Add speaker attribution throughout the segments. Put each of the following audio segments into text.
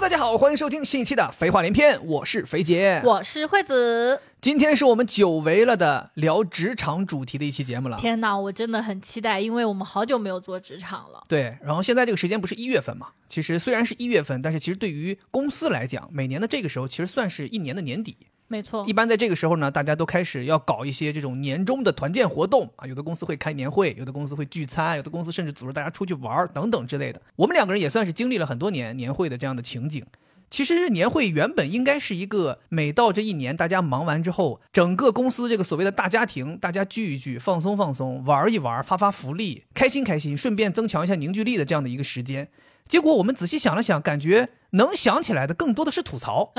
Speaker 1: 大家好，欢迎收听新一期的《肥话连篇》，我是肥姐。
Speaker 2: 我是惠子。
Speaker 1: 今天是我们久违了的聊职场主题的一期节目了。
Speaker 2: 天哪，我真的很期待，因为我们好久没有做职场了。
Speaker 1: 对，然后现在这个时间不是一月份嘛？其实虽然是一月份，但是其实对于公司来讲，每年的这个时候其实算是一年的年底。
Speaker 2: 没错
Speaker 1: 一，般在这个时候呢，大家都开始要搞一些这种年终的团建活动啊，有的公司会开年会，有的公司会聚餐，有的公司甚至组织大家出去玩儿等等之类的。我们两个人也算是经历了很多年年会的这样的情景。其实年会原本应该是一个每到这一年大家忙完之后，整个公司这个所谓的大家庭，大家聚一聚，放松放松，玩一玩，发发福利，开心开心，顺便增强一下凝聚力的这样的一个时间。结果我们仔细想了想，感觉能想起来的更多的是吐槽，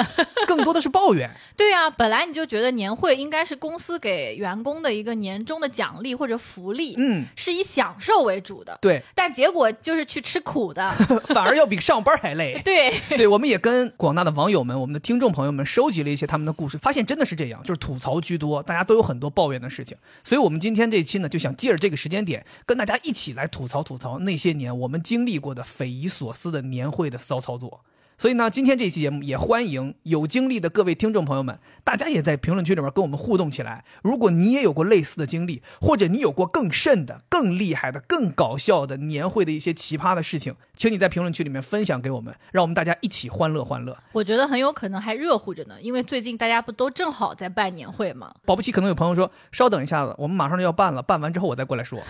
Speaker 1: 更多的是抱怨。
Speaker 2: 对啊，本来你就觉得年会应该是公司给员工的一个年终的奖励或者福利，
Speaker 1: 嗯，
Speaker 2: 是以享受为主的，
Speaker 1: 对，
Speaker 2: 但结果就是去吃苦的。。
Speaker 1: 反而要比上班还累
Speaker 2: 对，
Speaker 1: 对，我们也跟广大的网友们、我们的听众朋友们收集了一些他们的故事，发现真的是这样，就是吐槽居多，大家都有很多抱怨的事情。所以，我们今天这一期呢，就想借着这个时间点，跟大家一起来吐槽吐槽那些年我们经历过的匪夷所思的年会的骚操作。所以呢，今天这一期节目也欢迎有经历的各位听众朋友们，大家也在评论区里面跟我们互动起来。如果你也有过类似的经历，或者你有过更甚的、更厉害的、更搞笑的年会的一些奇葩的事情，请你在评论区里面分享给我们，让我们大家一起欢乐欢乐。
Speaker 2: 我觉得很有可能还热乎着呢，因为最近大家不都正好在办年会吗？
Speaker 1: 保不齐可能有朋友说：“稍等一下子，我们马上就要办了，办完之后我再过来说。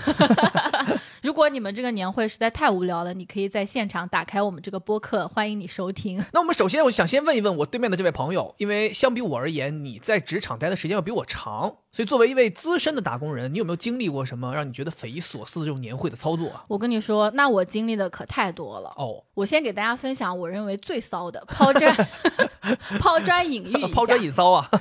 Speaker 2: 如果你们这个年会实在太无聊了，你可以在现场打开我们这个播客，欢迎你收听。”
Speaker 1: 那我们首先我想先问一问我对面的这位朋友，因为相比我而言，你在职场待的时间要比我长，所以作为一位资深的打工人，你有没有经历过什么让你觉得匪夷所思的这种年会的操作啊？
Speaker 2: 我跟你说，那我经历的可太多了。
Speaker 1: 哦，
Speaker 2: 我先给大家分享我认为最骚的抛砖 抛砖引玉一下，
Speaker 1: 抛砖引骚啊！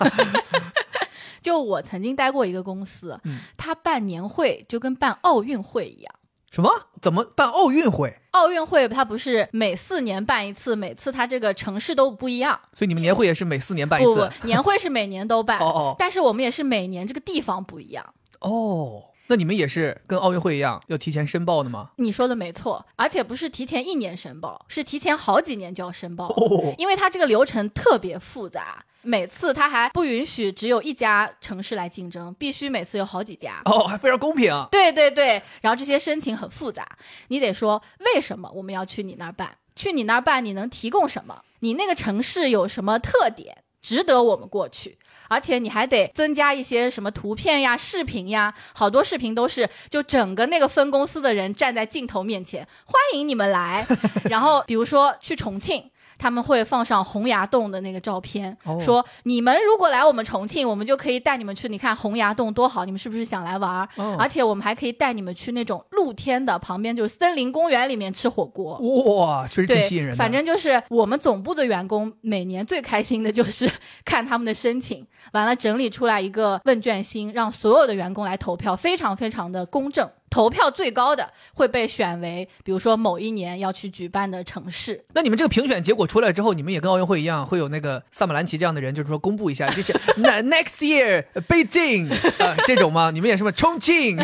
Speaker 2: 就我曾经待过一个公司，
Speaker 1: 嗯
Speaker 2: 它办年会就跟办奥运会一样。
Speaker 1: 什么？怎么办奥运会？
Speaker 2: 奥运会它不是每四年办一次，每次它这个城市都不一样。
Speaker 1: 所以你们年会也是每四年办一
Speaker 2: 不
Speaker 1: 次？
Speaker 2: 不，年会是每年都办，
Speaker 1: 哦哦
Speaker 2: 但是我们也是每年这个地方不一样。
Speaker 1: 哦，那你们也是跟奥运会一样要提前申报的吗？
Speaker 2: 你说的没错，而且不是提前一年申报，是提前好几年就要申报。
Speaker 1: 哦，
Speaker 2: 因为它这个流程特别复杂，每次它还不允许只有一家城市来竞争，必须每次有好几家。
Speaker 1: 哦，还非常公平。
Speaker 2: 对对对，然后这些申请很复杂，你得说为什么我们要去你那儿办？去你那儿办，你能提供什么？你那个城市有什么特点值得我们过去？而且你还得增加一些什么图片呀、视频呀，好多视频都是就整个那个分公司的人站在镜头面前，欢迎你 们来。然后比如说去重庆。他们会放上洪崖洞的那个照片，
Speaker 1: 哦
Speaker 2: 说你们如果来我们重庆，我们就可以带你们去。你看洪崖洞多好，你们是不是想来玩儿？
Speaker 1: 哦
Speaker 2: 而且我们还可以带你们去那种露天的，旁边就是森林公园里面吃火锅。
Speaker 1: 哇，确实挺
Speaker 2: 对
Speaker 1: 吸引人，的。
Speaker 2: 反正就是我们总部的员工每年最开心的就是看他们的申请，完了整理出来一个问卷星，让所有的员工来投票，非常非常的公正。投票最高的会被选为，比如说某一年要去举办的城市。
Speaker 1: 那你们这个评选结果出来之后，你们也跟奥运会一样，会有那个萨马兰奇这样的人，就是说公布一下，就是 那 next year 北京 啊这种吗？你们也是吗？重庆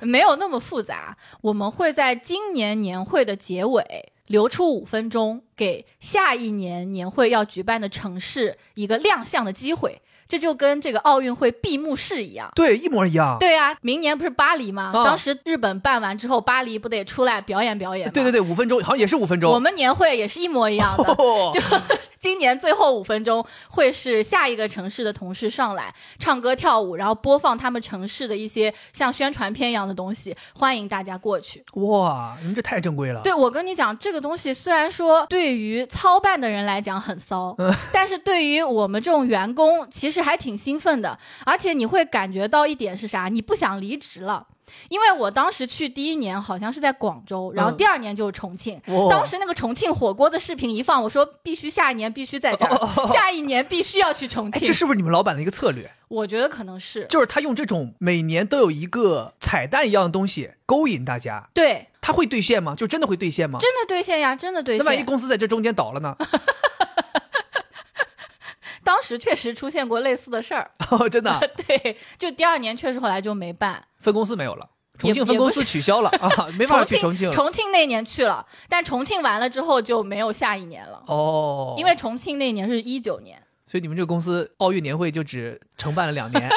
Speaker 2: 没有那么复杂。我们会在今年年会的结尾留出五分钟，给下一年年会要举办的城市一个亮相的机会。这就跟这个奥运会闭幕式一样。
Speaker 1: 对，一模一样。
Speaker 2: 对啊，明年不是巴黎吗？
Speaker 1: 啊
Speaker 2: 当时日本办完之后，巴黎不得出来表演表演吗？
Speaker 1: 对对对，
Speaker 2: 对，
Speaker 1: 五分钟，好像也是五分
Speaker 2: 我
Speaker 1: 钟。
Speaker 2: 们年会也是一模一样的。
Speaker 1: 哦
Speaker 2: 就今年最后五分钟会是下一个城市的同事上来唱歌跳舞，然后播放他们城市的一些像宣传片一样的东西，欢迎大家过去。
Speaker 1: 哇，你们这太正规了。
Speaker 2: 对我跟你讲，这个东西虽然说对于操办的人来讲很骚，
Speaker 1: 嗯
Speaker 2: 但是对于我们这种员工其实还挺兴奋的，而且你会感觉到一点是啥，你不想离职了。因为我当时去第一年好像是在广州，然后
Speaker 1: 嗯哦
Speaker 2: 第二年就是重庆，
Speaker 1: 哇，
Speaker 2: 当时那个重庆火锅的视频一放，我说必须下一年必须在这儿，下一年必须要去重
Speaker 1: 哦哎，
Speaker 2: 庆
Speaker 1: 这。是不是你们老板的一个策略？
Speaker 2: 我觉得可能是
Speaker 1: 就是他用这种每年都有一个彩蛋一样的东西勾引大家，
Speaker 2: 对，
Speaker 1: 他会兑现吗？就真的会兑现吗？
Speaker 2: 真的兑现呀，真的兑
Speaker 1: 那万一
Speaker 2: 现。
Speaker 1: 公司在这中间倒了呢？
Speaker 2: 当时确实出现过类似的事儿，
Speaker 1: 哦真的
Speaker 2: 对，就第二年确实后来就没办。
Speaker 1: 分公司没有了，重庆分公司取消了啊，没办法去
Speaker 2: 重
Speaker 1: 庆了。
Speaker 2: 重庆那年去了，但重庆完了之后就没有下一年了，
Speaker 1: 哦，
Speaker 2: 因为重庆那年是一九年。
Speaker 1: 所以你们这个公司奥运年会就只承办了两 年，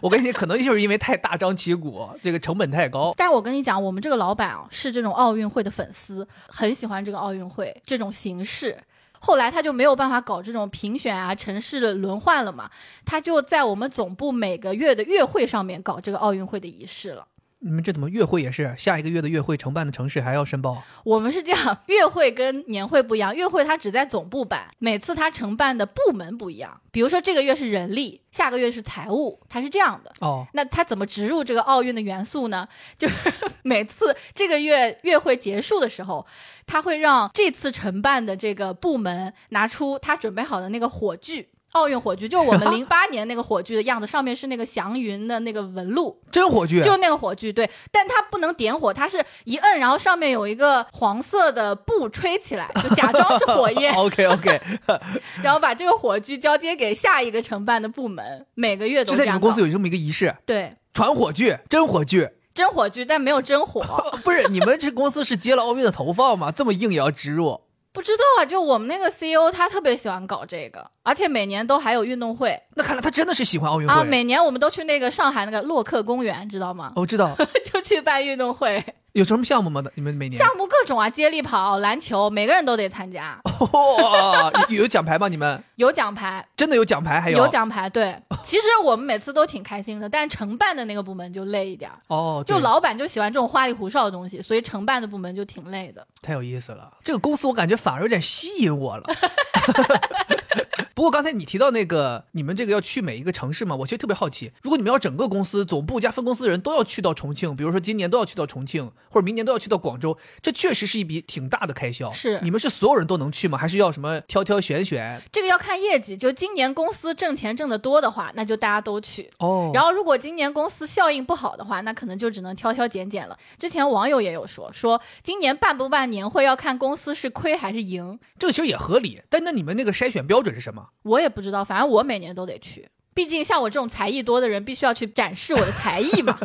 Speaker 1: 我跟你可能就是因为太大张旗鼓，这个成本太高。
Speaker 2: 但是我跟你讲，我们这个老板啊是这种奥运会的粉丝，很喜欢这个奥运会这种形式。后来他就没有办法搞这种评选啊、城市的轮换了嘛，他就在我们总部每个月的月会上面搞这个奥运会的仪式了。
Speaker 1: 你们这怎么月会也是下一个月的月会承办的城市还要申报？
Speaker 2: 我们是这样，月会跟年会不一样，月会它只在总部办，每次它承办的部门不一样。比如说这个月是人力，下个月是财务，它是这样的。
Speaker 1: 哦，
Speaker 2: 那它怎么植入这个奥运的元素呢？就是每次这个月月会结束的时候，它会让这次承办的这个部门拿出他准备好的那个火炬。奥运火炬就是我们零八年那个火炬的样子，上面是那个祥云的那个纹路，
Speaker 1: 真火 炬，
Speaker 2: 就那个火炬，对，但它不能点火，它是一摁，然后上面有一个黄色的布吹 起来，就假装是火焰，
Speaker 1: OK OK，
Speaker 2: 然后把这个火炬交接给下一个承办的部门，每个月都
Speaker 1: 就
Speaker 2: 这
Speaker 1: 在你
Speaker 2: 样
Speaker 1: 们
Speaker 2: 搞。
Speaker 1: 公司有这么一个仪式，
Speaker 2: 对
Speaker 1: 传火炬，真火炬。
Speaker 2: 真火炬，但没有真 火，
Speaker 1: 不是你们这公司是接了奥运的头放吗？这么硬也要植入？
Speaker 2: 不知道啊。就我们那个 CEO 他特别喜欢搞这个，而且每年都还有运动会
Speaker 1: 那看来他真的是喜欢奥运会。
Speaker 2: 啊，每年我们都去那个上海那个洛克公园，知道吗？
Speaker 1: 哦我知道
Speaker 2: 就去办运动会，
Speaker 1: 有什么项目吗？你们每年
Speaker 2: 项目各种啊，接力跑、篮球，每个人都得参加，
Speaker 1: 哦哇哦有有奖牌吗？你们
Speaker 2: 有奖牌。
Speaker 1: 真的有奖牌？还
Speaker 2: 有奖牌， 对。其实我们每次都挺开心的，但是承办的那个部门就累一点儿，
Speaker 1: 哦，
Speaker 2: 就
Speaker 1: 对
Speaker 2: 老板就喜欢这种花里胡哨的东西，所以承办的部门就挺累的。
Speaker 1: 太有意思了，这个公司我感觉反而有点吸引我了。 不过刚才你提到那个，你们这个要去每一个城市嘛，我其实特别好奇，如果你们要整个公司总部加分公司的人都要去到重庆，比如说今年都要去到重庆，或者明年都要去到广州，这确实是一笔挺大的开销。
Speaker 2: 是
Speaker 1: 你们是所有人都能去吗？还是要什么挑挑选选？
Speaker 2: 这个要看业绩，就今年公司挣钱挣得多的话，那就大家都去。
Speaker 1: 哦
Speaker 2: 然后，如果今年公司效应不好的话，那可能就只能挑挑拣拣了。之前网友也有说，说今年办不办年会要看公司是亏还是赢，
Speaker 1: 这个其实也合理，但那你们那个筛选标准是什么？
Speaker 2: 我也不知道，反正我每年都得去。毕竟像我这种才艺多的人，必须要去展示我的才 艺嘛。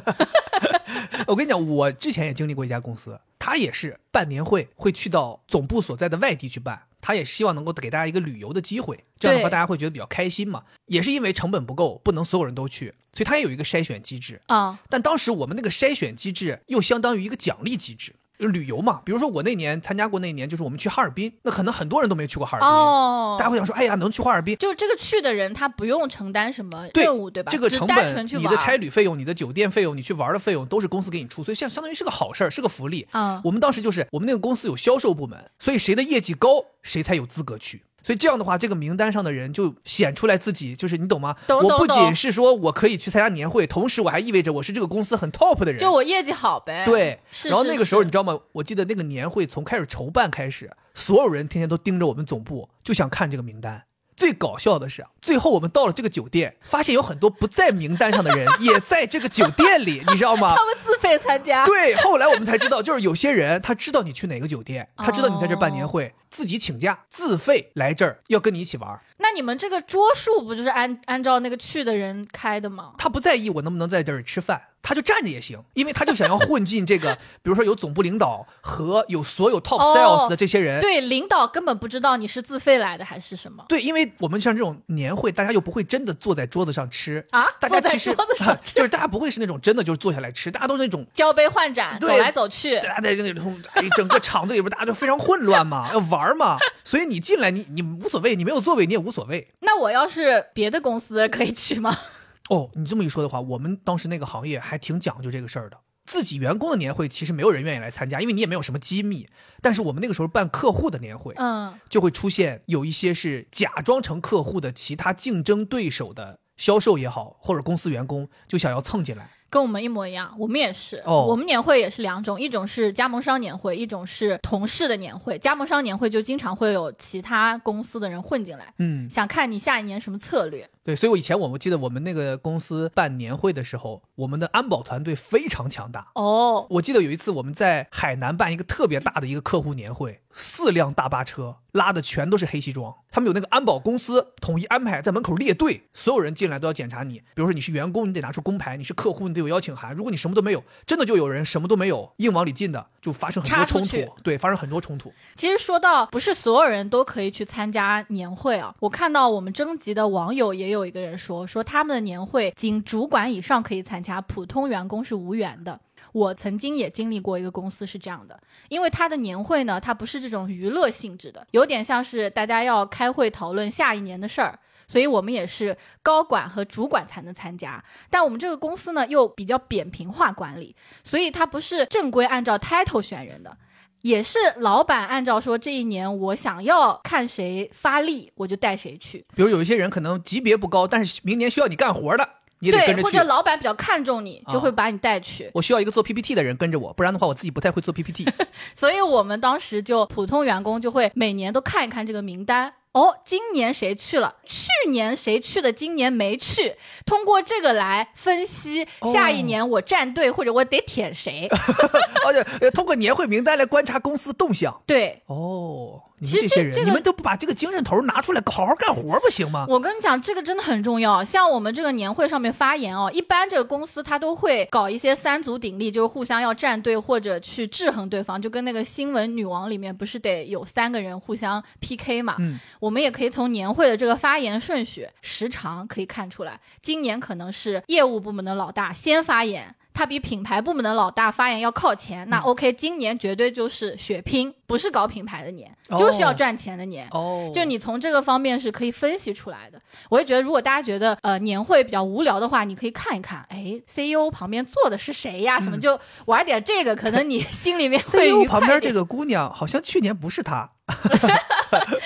Speaker 1: 我跟你讲，我之前也经历过一家公司，他也是办年会会去到总部所在的外地去办，他也希望能够给大家一个旅游的机会，这样的话
Speaker 2: 对
Speaker 1: 大家会觉得比较开心嘛。也是因为成本不够，不能所有人都去，所以他也有一个筛选机制。
Speaker 2: 啊、
Speaker 1: 但当时我们那个筛选机制又相当于一个奖励机制。旅游嘛，比如说我那年参加过那年，就是我们去哈尔滨，那可能很多人都没去过哈尔滨，
Speaker 2: 哦，
Speaker 1: 大家会想说，哎呀，能去哈尔滨，
Speaker 2: 就这个去的人，他不用承担什么
Speaker 1: 对
Speaker 2: 任务，对吧？
Speaker 1: 这个
Speaker 2: 只
Speaker 1: 成
Speaker 2: 单
Speaker 1: 本
Speaker 2: 纯去、玩
Speaker 1: 你的差旅费用、你的酒店费用、你去玩的费用，都是公司给你出，所以相相当于是个好事儿，是个福利。
Speaker 2: 啊、
Speaker 1: 我们当时就是我们那个公司有销售部门，所以谁的业绩高，谁才有资格去。所以这样的话，这个名单上的人就显出来自己，就是你懂吗？
Speaker 2: 懂
Speaker 1: 我不
Speaker 2: 懂
Speaker 1: 仅
Speaker 2: 懂
Speaker 1: 是说我可以去参加年会，同时我还意味着我是这个公司很 top 的人。
Speaker 2: 就我业绩好呗。
Speaker 1: 对，
Speaker 2: 是
Speaker 1: 然后
Speaker 2: 是
Speaker 1: 那个时候
Speaker 2: 是
Speaker 1: 你知道吗？我记得那个年会从开始筹办开始，所有人天天都盯着我们总部，就想看这个名单。最搞笑的是，啊最后我们到了这个酒店，发现有很多不在名单上的人也在这个酒店里，你知道吗？
Speaker 2: 他们自费参 加。
Speaker 1: 对，后来我们才知道，就是有些人他知道你去哪个酒店，
Speaker 2: 哦
Speaker 1: 他知道你在这儿办年会，自己请假自费来这儿要跟你一起玩儿，
Speaker 2: 那你们这个桌数不就是按按照那个去的人开的吗？
Speaker 1: 他不在意我能不能在这儿吃饭，他就站着也行，因为他就想要混进这个， 比如说有总部领导和有所有 top
Speaker 2: 哦
Speaker 1: sales 的这些人，
Speaker 2: 对，领导根本不知道你是自费来的还是什么
Speaker 1: 对，因为我们像这种年会，大家又不会真的坐在桌子上吃，
Speaker 2: 啊？
Speaker 1: 大
Speaker 2: 坐
Speaker 1: 家
Speaker 2: 在
Speaker 1: 其实
Speaker 2: 桌子上
Speaker 1: 就是大家不会是那种真的就是坐下来吃，大家都是那种。
Speaker 2: 交杯换盏，走
Speaker 1: 对
Speaker 2: 来走去
Speaker 1: 大。家在那种哎，整个场子里边，大家就非常混乱嘛，要玩嘛，所以你进来你你无所谓，你没有座位你也无所谓。
Speaker 2: 那我要是别的公司可以去吗？
Speaker 1: 哦，你这么一说的话，我们当时那个行业还挺讲究这个事儿的。自己员工的年会其实没有人愿意来参加，因为你也没有什么机密。但是我们那个时候办客户的年会，
Speaker 2: 嗯，
Speaker 1: 就会出现有一些是假装成客户的其他竞争对手的销售也好，或者公司员工就想要蹭进来。
Speaker 2: 跟我们一模一样，我们也是，
Speaker 1: 哦
Speaker 2: 我们年会也是两种，一种是加盟商年会，一种是同事的年会。加盟商年会就经常会有其他公司的人混进来，
Speaker 1: 嗯，
Speaker 2: 想看你下一年什么策略。
Speaker 1: 对，所以我以前我我记得我们那个公司办年会的时候，我们的安保团队非常强大。
Speaker 2: 哦，
Speaker 1: 我记得有一次我们在海南办一个特别大的一个客户年会，四辆大巴车拉的全都是黑西装，他们有那个安保公司统一安排在门口列队，所有人进来都要检查你。比如说你是员工，你得拿出工牌；你是客户，你得有邀请函。如果你什么都没有，真的就有人什么都没有硬往里进的，就发生很
Speaker 2: 插
Speaker 1: 多
Speaker 2: 出
Speaker 1: 冲
Speaker 2: 去
Speaker 1: 突。对，发生很多冲突。
Speaker 2: 其实说到不是所有人都可以去参加年会啊，我看到我们征集的网友也有一个人说，说他们的年会仅主管以上可以参加，普通员工是无缘的。我曾经也经历过一个公司是这样的，因为它的年会呢，它不是这种娱乐性质的，有点像是大家要开会讨论下一年的事儿，所以我们也是高管和主管才能参加。但我们这个公司呢，又比较扁平化管理，所以它不是正规按照 title 选人的，也是老板按照说这一年我想要看谁发力，我就带谁去。
Speaker 1: 比如有一些人可能级别不高，但是明年需要你干活的，你也得跟
Speaker 2: 对，
Speaker 1: 着
Speaker 2: 或
Speaker 1: 去
Speaker 2: 者。老板比较看重你，
Speaker 1: 啊
Speaker 2: 就会把你带去。
Speaker 1: 我需要一个做 PPT 的人跟着我，不然的话我自己不太会做 PPT。
Speaker 2: 所以我们当时就普通员工就会每年都看一看这个名单。哦，今年谁去了？去年谁去的？今年没去。通过这个来分析
Speaker 1: 哦
Speaker 2: 下一年我站队或者我得舔谁。
Speaker 1: 而且呃通过年会名单来观察公司动向。
Speaker 2: 对，
Speaker 1: 哦，你
Speaker 2: 其
Speaker 1: 们
Speaker 2: 实
Speaker 1: 这些
Speaker 2: 这
Speaker 1: 人，
Speaker 2: 这个
Speaker 1: 你们都不把这个精神头拿出来，好好干活不行吗？
Speaker 2: 我跟你讲，这个真的很重要。像我们这个年会上面发言哦，一般这个公司它都会搞一些三足鼎立，就是互相要站队或者去制衡对方，就跟那个新闻女王里面不是得有三个人互相 PK 嘛。
Speaker 1: 嗯，
Speaker 2: 我们也可以从年会的这个发言顺序、时长可以看出来，今年可能是业务部门的老大先发言。他比品牌部门的老大发言要靠前，
Speaker 1: 嗯
Speaker 2: 那 OK，今年绝对就是血拼，不是搞品牌的年，
Speaker 1: 哦
Speaker 2: 就是要赚钱的年。
Speaker 1: 哦
Speaker 2: 就你从这个方面是可以分析出来的。我也觉得，如果大家觉得呃年会比较无聊的话，你可以看一看，哎，CEO 旁边坐的是谁呀？什
Speaker 1: 嗯
Speaker 2: 么就玩点这个，可能你心里面会
Speaker 1: CEO
Speaker 2: 愉
Speaker 1: E 旁边
Speaker 2: 快
Speaker 1: 这
Speaker 2: 点。
Speaker 1: 个姑娘好像去年不是她。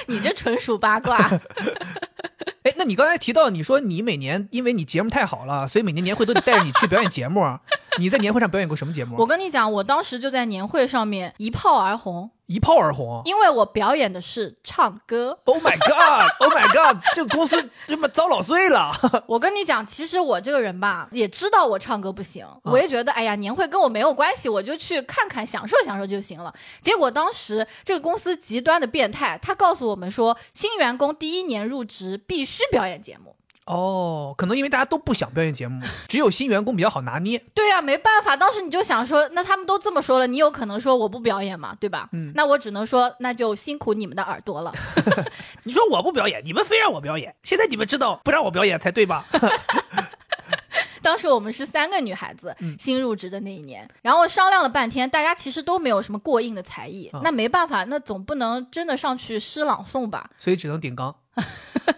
Speaker 2: 你这纯属八 卦。
Speaker 1: 哎，那你刚才提到，你说你每年因为你节目太好了，所以每年年会都得带着你去表演节目啊。 你在年会上表演过什么节目？
Speaker 2: 我跟你讲，我当时就在年会上面一炮而红，
Speaker 1: 一炮而红。
Speaker 2: 因为我表演的是唱歌。
Speaker 1: Oh my god! Oh my god! 这个公司这么遭老罪了。
Speaker 2: 我跟你讲，其实我这个人吧，也知道我唱歌不行，我也觉得，哎呀，年会跟我没有关系，我就去看看，享受享受就行了。结果当时这个公司极端的变态，他告诉我们说，新员工第一年入职必须表演节目。
Speaker 1: 哦，可能因为大家都不想表演节目，只有新员工比较好拿捏。
Speaker 2: 对呀、没办法，当时你就想说，那他们都这么说了，你有可能说我不表演嘛，对吧？
Speaker 1: 嗯
Speaker 2: 那我只能说，那就辛苦你们的耳朵了。
Speaker 1: 你说我不表演，你们非让我表演，现在你们知道不让我表演才对吧？
Speaker 2: 当时我们是三个女孩子
Speaker 1: 嗯
Speaker 2: 新入职的那一年，然后商量了半天，大家其实都没有什么过硬的才艺，
Speaker 1: 啊
Speaker 2: 那没办法，那总不能真的上去诗朗诵吧？
Speaker 1: 所以只能顶缸。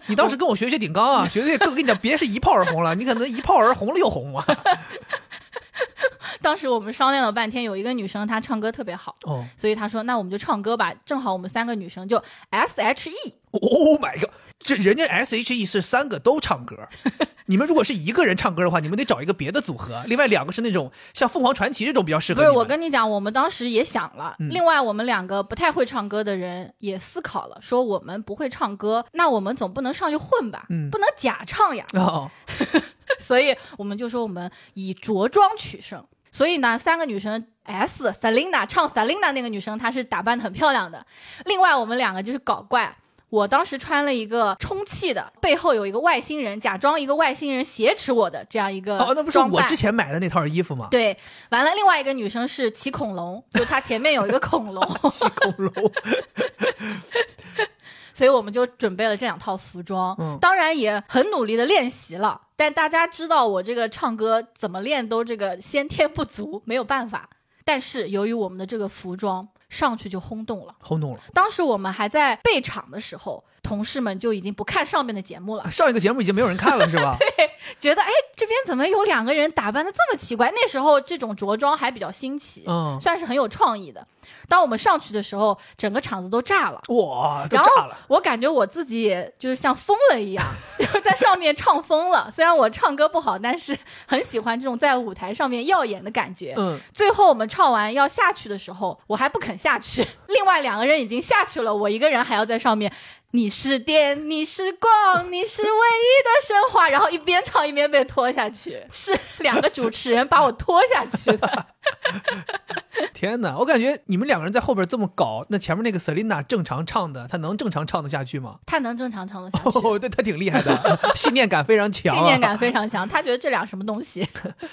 Speaker 1: 你当时跟我学学顶缸啊，绝对更跟你讲，别是一炮而红了，你可能一炮而红了又红啊。
Speaker 2: 当时我们商量了半天，有一个女生她唱歌特别好，
Speaker 1: 哦
Speaker 2: 所以她说那我们就唱歌吧，正好我们三个女生就 S H E。
Speaker 1: ，Oh my god！这人家 S H E 是三个都唱歌，你们如果是一个人唱歌的话，你们得找一个别的组合。另外两个是那种像凤凰传奇这种比较适合
Speaker 2: 不
Speaker 1: 你
Speaker 2: 是，
Speaker 1: 们。嗯
Speaker 2: 我跟你讲，我们当时也想了。另外，我们两个不太会唱歌的人也思考了，说我们不会唱歌，那我们总不能上去混吧，
Speaker 1: 嗯
Speaker 2: 不能假唱呀。
Speaker 1: 哦，
Speaker 2: 所以我们就说我们以着装取胜。所以呢，三个女生 S Selina 唱 Selina 那个女生，她是打扮的很漂亮的。另外，我们两个就是搞怪。我当时穿了一个充气的，背后有一个外星人，假装一个外星人挟持我的这样一个
Speaker 1: 哦，那不是
Speaker 2: 装
Speaker 1: 我
Speaker 2: 扮
Speaker 1: 之前买的那套衣服 吗？
Speaker 2: 对，完了，另外一个女生是骑恐龙，就她前面有一个恐龙，
Speaker 1: 骑恐龙，
Speaker 2: 所以我们就准备了这两套服装，
Speaker 1: 嗯
Speaker 2: 当然也很努力的练习了。但大家知道我这个唱歌怎么练都这个先天不足，没有办法。但是由于我们的这个服装上去就轰动了，
Speaker 1: 轰动了。
Speaker 2: 当时我们还在备场的时候，同事们就已经不看上面的节目了，
Speaker 1: 上一个节目已经没有人看了是 吧？
Speaker 2: 觉得哎这边怎么有两个人打扮的这么奇怪？那时候这种着装还比较新奇，
Speaker 1: 嗯，
Speaker 2: 算是很有创意的。当我们上去的时候，整个场子都炸了。
Speaker 1: 哇，都
Speaker 2: 然
Speaker 1: 炸
Speaker 2: 后
Speaker 1: 了。
Speaker 2: 我感觉我自己也就是像疯了一样， 就是在上面唱疯了。虽然我唱歌不好，但是很喜欢这种在舞台上面耀眼的感觉。
Speaker 1: 嗯，
Speaker 2: 最后我们唱完要下去的时候，我还不肯下去，另外两个人已经下去了，我一个人还要在上面。你是电，你是光，你是唯一的升华。然后一边唱一边被拖下去，是两个主持人把我拖下去的。
Speaker 1: 天哪，我感觉你们两个人在后边这么搞，那前面那个 Selina 正常唱的，她能正常唱得下去吗？
Speaker 2: 他能正常唱得下 去，
Speaker 1: 哦，对，她挺厉害的， 信念感非常强、啊，
Speaker 2: 信念感非常强。他觉得这俩什么东西？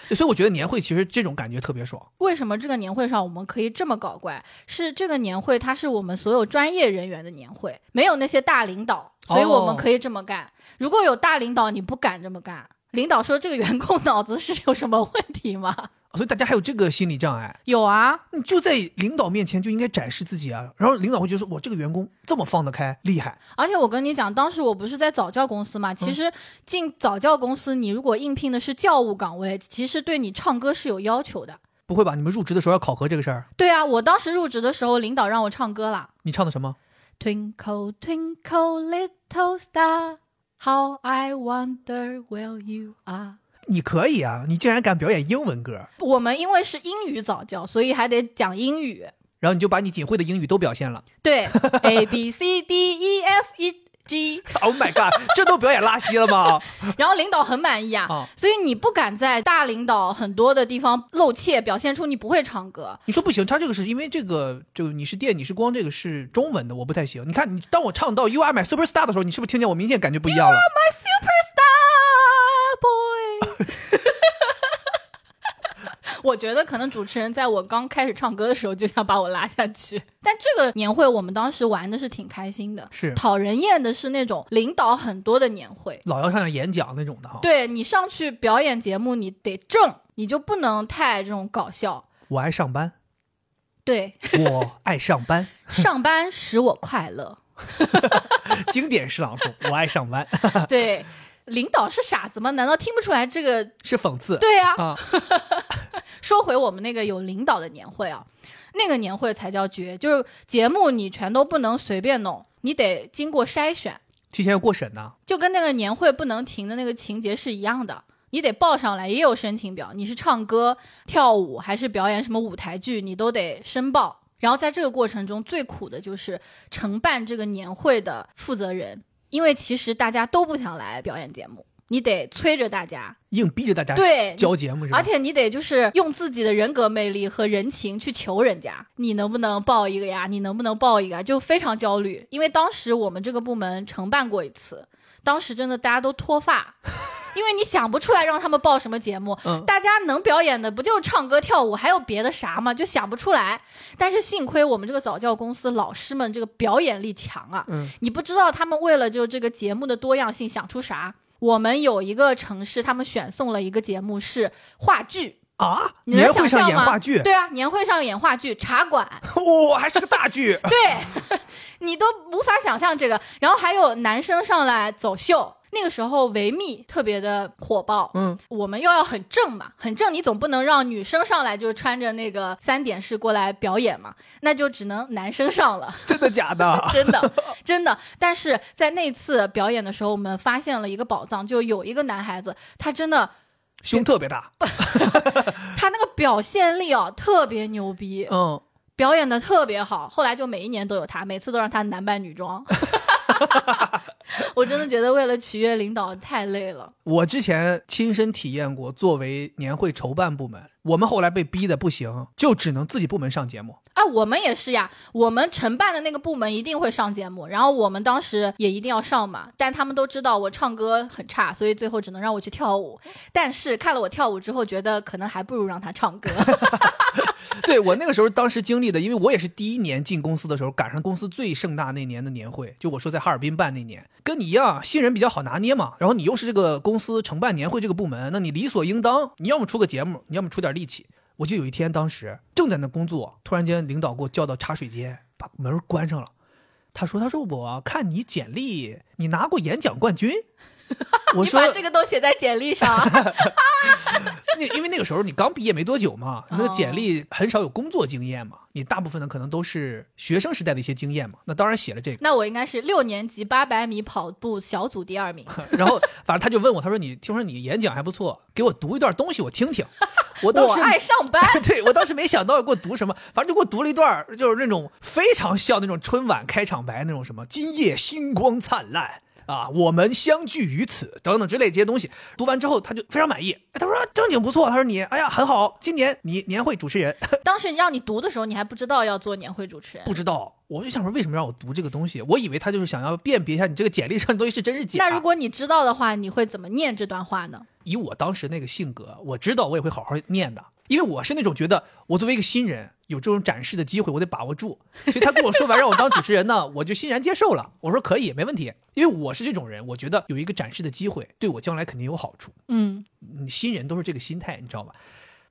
Speaker 1: 对。所以我觉得年会其实这种感觉特别爽。
Speaker 2: 为什么这个年会上我们可以这么搞怪？是这个年会，它是我们所有专业人员的年会，没有那些大领导，所以我们可以这么干。如果有大领导，你不敢这么干。领导说这个员工脑子是有什么问题吗？
Speaker 1: 啊所以大家还有这个心理障碍，
Speaker 2: 有啊，
Speaker 1: 你就在领导面前就应该展示自己啊，然后领导会觉得说，我这个员工这么放得开，厉害。
Speaker 2: 而且我跟你讲，当时我不是在早教公司嘛，其实进早教公司，你如果应聘的是教务岗位，其实对你唱歌是有要求的。
Speaker 1: 不会吧？你们入职的时候要考核这个事儿？
Speaker 2: 对啊，我当时入职的时候，领导让我唱歌啦
Speaker 1: 你唱的什么？
Speaker 2: ，Twinkle Twinkle Little Star。How I wonder where you are。
Speaker 1: 你可以啊，你竟然敢表演英文歌，
Speaker 2: 我们因为是英语早教，所以还得讲英语。
Speaker 1: 然后你就把你仅会的英语都表现了。
Speaker 2: 对 ，A B C D E F E G，
Speaker 1: Oh my god，这都表演拉稀了吗？
Speaker 2: 然后领导很满意 啊。
Speaker 1: 哦
Speaker 2: 所以你不敢在大领导很多的地方露怯，表现出你不会唱歌。
Speaker 1: 你说不行，他这个是因为这个，就你是电，你是光，这个是中文的，我不太行。你看，你当我唱到 You Are My Superstar 的时候，你是不是听见我明显感觉不一样了？
Speaker 2: My superstar boy。我觉得可能主持人在我刚开始唱歌的时候就想把我拉下去，但这个年会我们当时玩的是挺开心的，
Speaker 1: 是
Speaker 2: 讨人厌的是那种领导很多的年会，
Speaker 1: 老要上点演讲那种的哈。
Speaker 2: 对你上去表演节目你得正，你就不能太这种搞笑。
Speaker 1: 我爱上班，
Speaker 2: 对，
Speaker 1: 我爱上班，
Speaker 2: 上班使我快乐。
Speaker 1: 经典诗朗诵，我爱上班
Speaker 2: 对，领导是傻子吗？难道听不出来这个？
Speaker 1: 是讽刺
Speaker 2: 对啊，
Speaker 1: 啊。
Speaker 2: 说回我们那个有领导的年会啊，那个年会才叫绝，就是节目你全都不能随便弄，你得经过筛选，
Speaker 1: 提前要过审呢，
Speaker 2: 就跟那个年会不能停的那个情节是一样的。你得报上来，也有申请表，你是唱歌、跳舞还是表演什么舞台剧，你都得申报。然后在这个过程中，最苦的就是承办这个年会的负责人，因为其实大家都不想来表演节目，你得催着大家，
Speaker 1: 硬逼着大家
Speaker 2: 对，
Speaker 1: 交节哎目是吧？
Speaker 2: 而且你得就是用自己的人格魅力和人情去求人家，你能不能报一个呀？你能不能报一个啊？就非常焦虑，因为当时我们这个部门承办过一次，当时真的大家都脱发， 因为你想不出来让他们报什么节目，
Speaker 1: 嗯
Speaker 2: 大家能表演的不就唱歌跳舞，还有别的啥吗？就想不出来。但是幸亏我们这个早教公司老师们这个表演力强啊，
Speaker 1: 嗯
Speaker 2: 你不知道他们为了就这个节目的多样性想出啥。我们有一个城市，他们选送了一个节目是话剧，
Speaker 1: 啊，
Speaker 2: 你能
Speaker 1: 年
Speaker 2: 想
Speaker 1: 会上
Speaker 2: 象
Speaker 1: 演
Speaker 2: 吗？
Speaker 1: 话剧，
Speaker 2: 对啊，年会上演话剧， 茶馆，，
Speaker 1: 哦，还是个大剧
Speaker 2: 对 你都无法想象这个。然后还有男生上来走秀，那个时候维密特别的火爆，
Speaker 1: 嗯，
Speaker 2: 我们又要很正嘛，很正，你总不能让女生上来就穿着那个三点式过来表演嘛，那就只能男生 上了。
Speaker 1: 真的假 的？
Speaker 2: 真的，真的。但是在那次表演的时候，我们发现了一个宝藏，就有一个男孩子，他真的，
Speaker 1: 胸特别大，
Speaker 2: 他那个表现力哦，特别牛逼，
Speaker 1: 嗯，
Speaker 2: 表演的特别好。后来就每一年都有他，每次都让他男扮女装。 我真的觉得为了取悦领导太累了。
Speaker 1: 我之前亲身体验过，作为年会筹办部门，我们后来被逼的不行，就只能自己部门上节目。
Speaker 2: 啊，我们也是呀，我们承办的那个部门一定会上节目，然后我们当时也一定要上嘛，但他们都知道我唱歌很差，所以最后只能让我去跳舞。但是看了我跳舞之后，觉得可能还不如让他唱歌。
Speaker 1: 对我那个时候当时经历的，因为我也是第一年进公司的时候，赶上公司最盛大那年的年会，就我说在哈尔滨办那年，跟你一样，新人比较好拿捏嘛。然后你又是这个公司承办年会这个部门，那你理所应当，你要么出个节目，你要么出点力气。我就有一天，当时正在那工作，突然间领导给我叫到茶水间，把 门关上了。他说：“他说我看你简历，你拿过演讲冠军。”我
Speaker 2: 你
Speaker 1: 说
Speaker 2: 把这个都写在简历上啊，
Speaker 1: 那因为那个时候你刚毕业没多久嘛，你那个简
Speaker 2: 哦
Speaker 1: 历很少有工作经验嘛，你大部分的可能都是学生时代的一些经验嘛。那当然写了这个，
Speaker 2: 那我应该是六年级八百米跑步小组第二名。
Speaker 1: 然 后反正他就问我，他说你听说你演讲还不错，给我读一段东西我听听。我当
Speaker 2: 我
Speaker 1: 时
Speaker 2: 爱上班，
Speaker 1: 对我当时没想到给我读什么，反正就给我读了一段儿，就是那种非常像那种春晚开场白那种什么“今夜星光灿烂”。啊，我们相聚于此等等之类这些东西，读完之后他就非常满意。哎他说正经不错，他说你哎呀很好，今年你年会主持人
Speaker 2: 当时让你读的时候，你还不知道要做年会主持人
Speaker 1: 不。知道，我就想说为什么让我读这个东西？我以为他就是想要辨别一下你这个简历上的东西是真是假。
Speaker 2: 那如果你知道的话，你会怎么念这段话呢？
Speaker 1: 以我当时那个性格，我知道我也会好好念的，因为我是那种觉得我作为一个新人有这种展示的机会，我得把握住。所以他跟我说完让我当主持人呢，我就欣然接受了。我说可以，没问题，因为我是这种人，我觉得有一个展示的机会对我将来肯定有好处。
Speaker 2: 嗯，
Speaker 1: 你新人都是这个心态，你知道吧？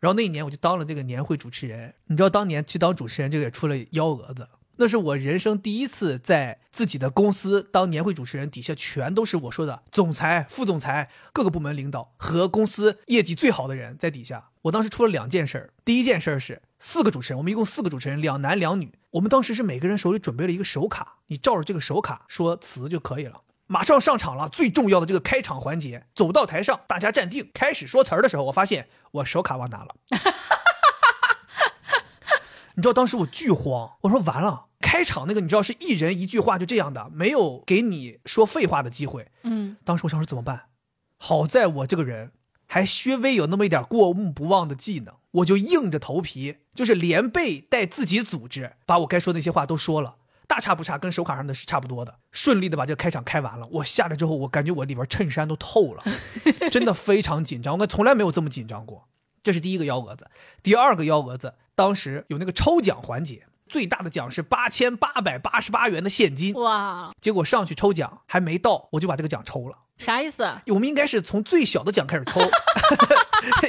Speaker 1: 然后那一年我就当了这个年会主持人，你知道当年去当主持人这个也出了幺蛾子，那是我人生第一次在自己的公司当年会主持人，底下全都是我说的总裁、副总裁、各个部门领导和公司业绩最好的人在底下。我当时出了两件事儿，第一件事儿是四个主持人，我们一共四个主持人，两男两女，我们当时是每个人手里准备了一个手卡，你照着这个手卡说词就可以了。马上上场了，最重要的这个开场环节，走到台上，大家站定，开始说词儿的时候，我发现我手卡忘拿了。 你知道当时我巨慌，我说完了，开场那个你知道是一人一句话就这样的，没有给你说废话的机会。
Speaker 2: 嗯，
Speaker 1: 当时我想说怎么办？好在我这个人还略微有那么一点过目不忘的技能，我就硬着头皮，就是连背带自己组织，把我该说的那些话都说了，大差不差，跟手卡上的是差不多的，顺利的把这个开场开完了。我下来之后，我感觉我里边衬衫都透了，真的非常紧张，我从来没有这么紧张过。这是第一个幺蛾子，第二个幺蛾子，当时有那个抽奖环节，最大的奖是八千八百八十八元的现金，
Speaker 2: 哇，
Speaker 1: 结果上去抽奖还没到，我就把这个奖抽了。
Speaker 2: 啥意思？啊
Speaker 1: 我们应该是从最小的奖开始抽，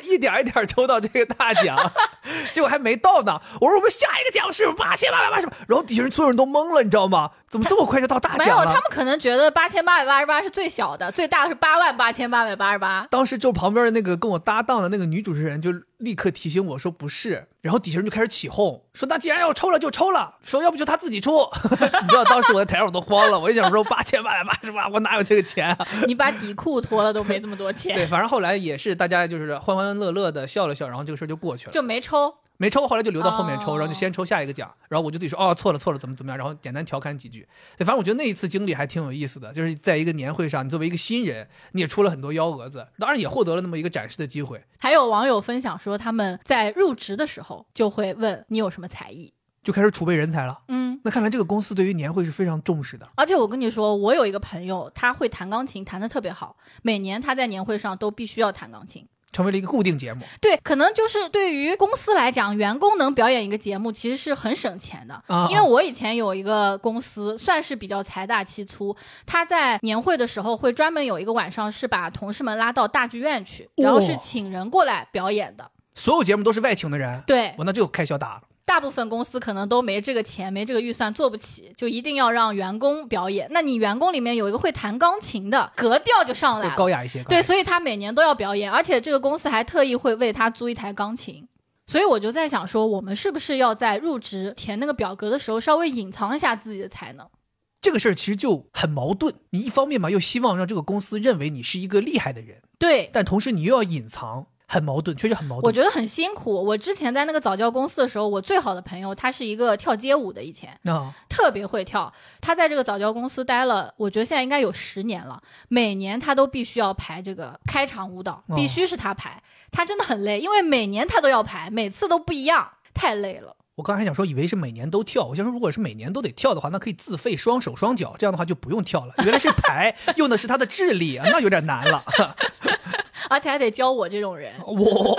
Speaker 1: 一点儿一点儿抽到这个大奖， 结果还没到呢。我说我们下一个奖是八千八百八十八，然后底下人所有人都懵了，你知道吗？怎么这么快就到大
Speaker 2: 没有，
Speaker 1: 奖
Speaker 2: 他们
Speaker 1: 了？
Speaker 2: 可能觉得八千八百八十八是最小的，最大的是八万八千八百八十八。
Speaker 1: 当时就旁边的那个跟我搭档的那个女主持人就立刻提醒我说不是，然后底下人就开始起哄，说那既然要抽了就抽了，说要不就他自己出。 你知道当时我在台上我都慌了，我就想说八千八百八十八，我哪有这个钱啊？
Speaker 2: 你把底裤脱了都没这么多钱，
Speaker 1: 对，反正后来也是大家就是欢欢乐乐的笑了笑，然后这个事儿就过去了。
Speaker 2: 就没抽。
Speaker 1: 没抽，后来就留到后面抽，
Speaker 2: 哦
Speaker 1: 然后就先抽下一个奖，然后我就自己说哦错了错了怎么怎么样，然后简单调侃几句。对，反正我觉得那一次经历还挺有意思的，就是在一个年会上，你作为一个新人，你也出了很多幺蛾子，当然也获得了那么一个展示的机会。
Speaker 2: 还有网友分享说，他们在入职的时候就会问你有什么才艺。
Speaker 1: 就开始储备人才了。
Speaker 2: 嗯，
Speaker 1: 那看来这个公司对于年会是非常重视的。
Speaker 2: 而且我跟你说，我有一个朋友，他会弹钢琴，弹得特别好。每年他在年会上都必须要弹钢琴。
Speaker 1: 成为了一个固定节目
Speaker 2: 对，可能就是对于公司来讲，员工能表演一个节目，其实是很省钱的。
Speaker 1: 啊，
Speaker 2: 因为我以前有一个公司，算是比较财大气粗，他在年会的时候会专门有一个晚上是把同事们拉到大剧院去，然后是请人过来表演的。
Speaker 1: 所有节目都是外请的人，
Speaker 2: 对，
Speaker 1: 我那这个开销大了。
Speaker 2: 大部分公司可能都没这个钱，没这个预算，做不起，就一定要让员工表演。那你员工里面有一个会弹钢琴的，格调就上来
Speaker 1: 会
Speaker 2: 了。
Speaker 1: 高雅一些，高雅
Speaker 2: 对，所以他每年都要表演，而且这个公司还特意会为他租一台钢琴。所以我就在想说，我们是不是要在入职填那个表格的时候，稍微隐藏一下自己的才能？
Speaker 1: 这个事儿其实就很矛盾。你一方面吧，又希望让这个公司认为你是一个厉害的人，
Speaker 2: 对，
Speaker 1: 但同时你又要隐藏，很矛盾，确实很矛
Speaker 2: 我
Speaker 1: 盾。
Speaker 2: 觉得很辛苦。我之前在那个早教公司的时候，我最好的朋友他是一个跳街舞的，以前
Speaker 1: 啊，
Speaker 2: 特别会跳。他在这个早教公司待了，我觉得现在应该有十年了。每年他都必须要排这个开场舞蹈
Speaker 1: 哦，
Speaker 2: 必须是他排。他真的很累，因为每年他都要排，每次都不一样，太累了。
Speaker 1: 我刚才还想说，以为是每年都跳。我想说，如果是每年都得跳的话，那可以自费双手双脚，这样的话就不用跳了。原来是排， 用的是他的智力，啊，那有点难了。
Speaker 2: 而且还得教我这种人。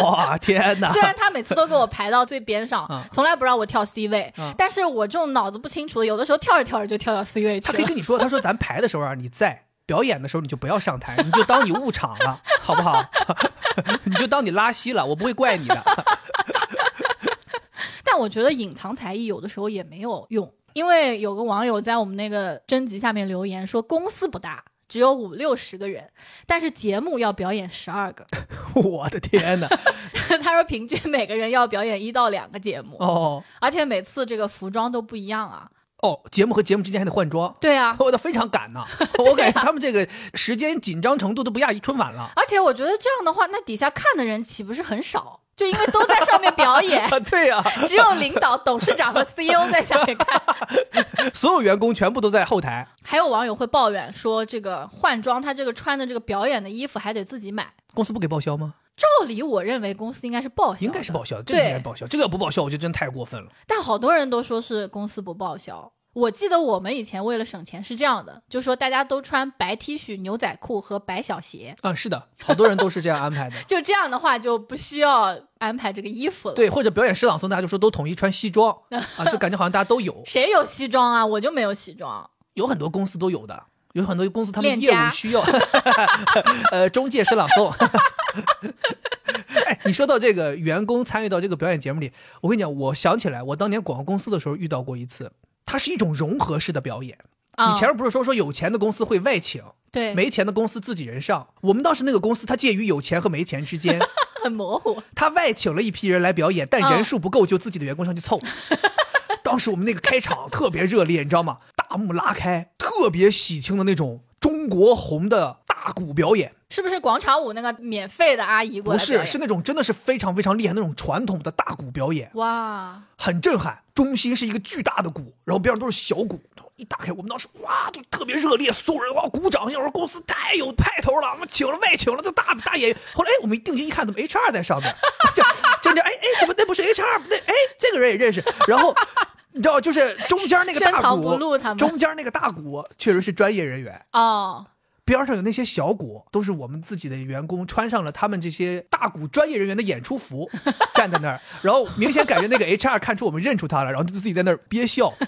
Speaker 1: 哇，天哪！
Speaker 2: 虽然他每次都给我排到最边 上
Speaker 1: 啊，
Speaker 2: 从来不让我跳 C 位
Speaker 1: 啊，
Speaker 2: 但是我这种脑子不清楚的，有的时候跳着跳着就跳到 C 位去
Speaker 1: 他
Speaker 2: 了
Speaker 1: 可以。跟你说，他说咱排的时候啊，你在表演的时候你就不要上台，你就当你误场了，好不好？ 你就当你拉稀了，我不会怪你的。
Speaker 2: 但我觉得隐藏才艺有的时候也没有用，因为有个网友在我们那个征集下面留言说，公司不大，只有五六十个人，但是节目要表演十二个。
Speaker 1: 我的天哪！
Speaker 2: 他说平均每个人要表演一到两个节目，
Speaker 1: 哦
Speaker 2: 而且每次这个服装都不一样啊。
Speaker 1: 哦，节目和节目之间还得换装，
Speaker 2: 对啊，
Speaker 1: 我的非常赶呐、我感觉他们这个时间紧张程度都不亚于春晚了。
Speaker 2: 而且我觉得这样的话，那底下看的人岂不是很少？就因为都在上面表演，
Speaker 1: 啊，对呀、
Speaker 2: 只有领导、董事长和 CEO 在下面看。
Speaker 1: 所有员工全部都在后台。
Speaker 2: 还有网友会抱怨说，这个换装他这个穿的这个表演的衣服还得自己买。
Speaker 1: 公司不给报销吗？
Speaker 2: 照理我认为公司应该是报销，
Speaker 1: 应该是报。销，这
Speaker 2: 对
Speaker 1: 个应该报销。这个不报销，我觉得真太过分了。
Speaker 2: 但好多人都说是公司不报销。我记得我们以前为了省钱是这样的，就说大家都穿白 T 恤、牛仔裤和白小鞋，。
Speaker 1: 啊，是 的，好多人都是这样安排的
Speaker 2: 就这样的话就不需要安排这个衣服了。，
Speaker 1: 对，或者表演诗朗诵，大家就说都统一穿西 装啊，就感觉好像大家都有，
Speaker 2: 谁有西装啊？我就没有西装。
Speaker 1: 有很多公司都有的，有很多公司他们业
Speaker 2: 链家
Speaker 1: 务 需要，呃，中介诗朗诵。 哎，你说到这个员工参与到这个表演节目里，我跟你讲，我想起来，我当年广告公司的时候遇到过一次，它是一种融合式的表演。
Speaker 2: 啊、
Speaker 1: 你前面不是说说有钱的公司会外请，
Speaker 2: 对
Speaker 1: 没钱的公司自己人上？我们当时那个公司，它介于有钱和没钱之 间，
Speaker 2: 很模糊，
Speaker 1: 他外请了一批人来表演，
Speaker 2: 哦
Speaker 1: 但人数不够，就自己的员工上去 凑。当时我们那个开场特别热烈，你知道吗？大幕拉开，特别喜庆的那种中国红的大鼓表演，
Speaker 2: 是不是广场舞那个免费的阿姨过
Speaker 1: 不
Speaker 2: 来表演？
Speaker 1: 是，是那种真的是非常非常厉害那种传统的大鼓表演，
Speaker 2: 哇，
Speaker 1: 很震撼。中心是一个巨大的鼓，然后边上都是小鼓。一打开，我们当时哇，就特别热烈，所有人哇鼓掌。要说公司太有派头了，我们请了外请了这大大演员。后来哎，我们一定睛一看，怎么 HR 在上面？这真的哎哎，怎么那不是 HR？那哎，这个人也认识。然后你知道，就是中间那个
Speaker 2: 深
Speaker 1: 大
Speaker 2: 藏不
Speaker 1: 鼓
Speaker 2: 露他，们
Speaker 1: 中间那个大鼓确实是专业人员。
Speaker 2: 哦，
Speaker 1: 边上有那些小鼓，都是我们自己的员工穿上了他们这些大鼓专业人员的演出服， 站在那儿，然后明显感觉那个 HR 看出我们认出他了，然后就自己在那儿憋笑。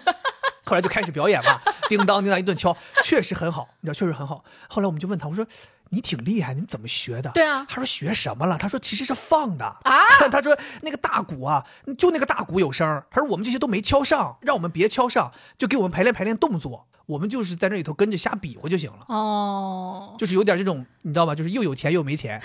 Speaker 1: 后来就开始表演嘛，叮当叮当一顿敲，确实很好，你知道，确实很好。后来我们就问他，我说你挺厉害，你们怎么学的？
Speaker 2: 对啊
Speaker 1: 他说学什么了？他说其实是放的
Speaker 2: 啊。
Speaker 1: 他说那个大鼓啊，就那个大鼓有声儿。他说我们这些都没敲上，让我们别敲上，就给我们排练排练动作，我们就是在那里头跟着瞎比划就行了。
Speaker 2: 哦，
Speaker 1: 就是有点这种，你知道吧？就是又有钱又没钱。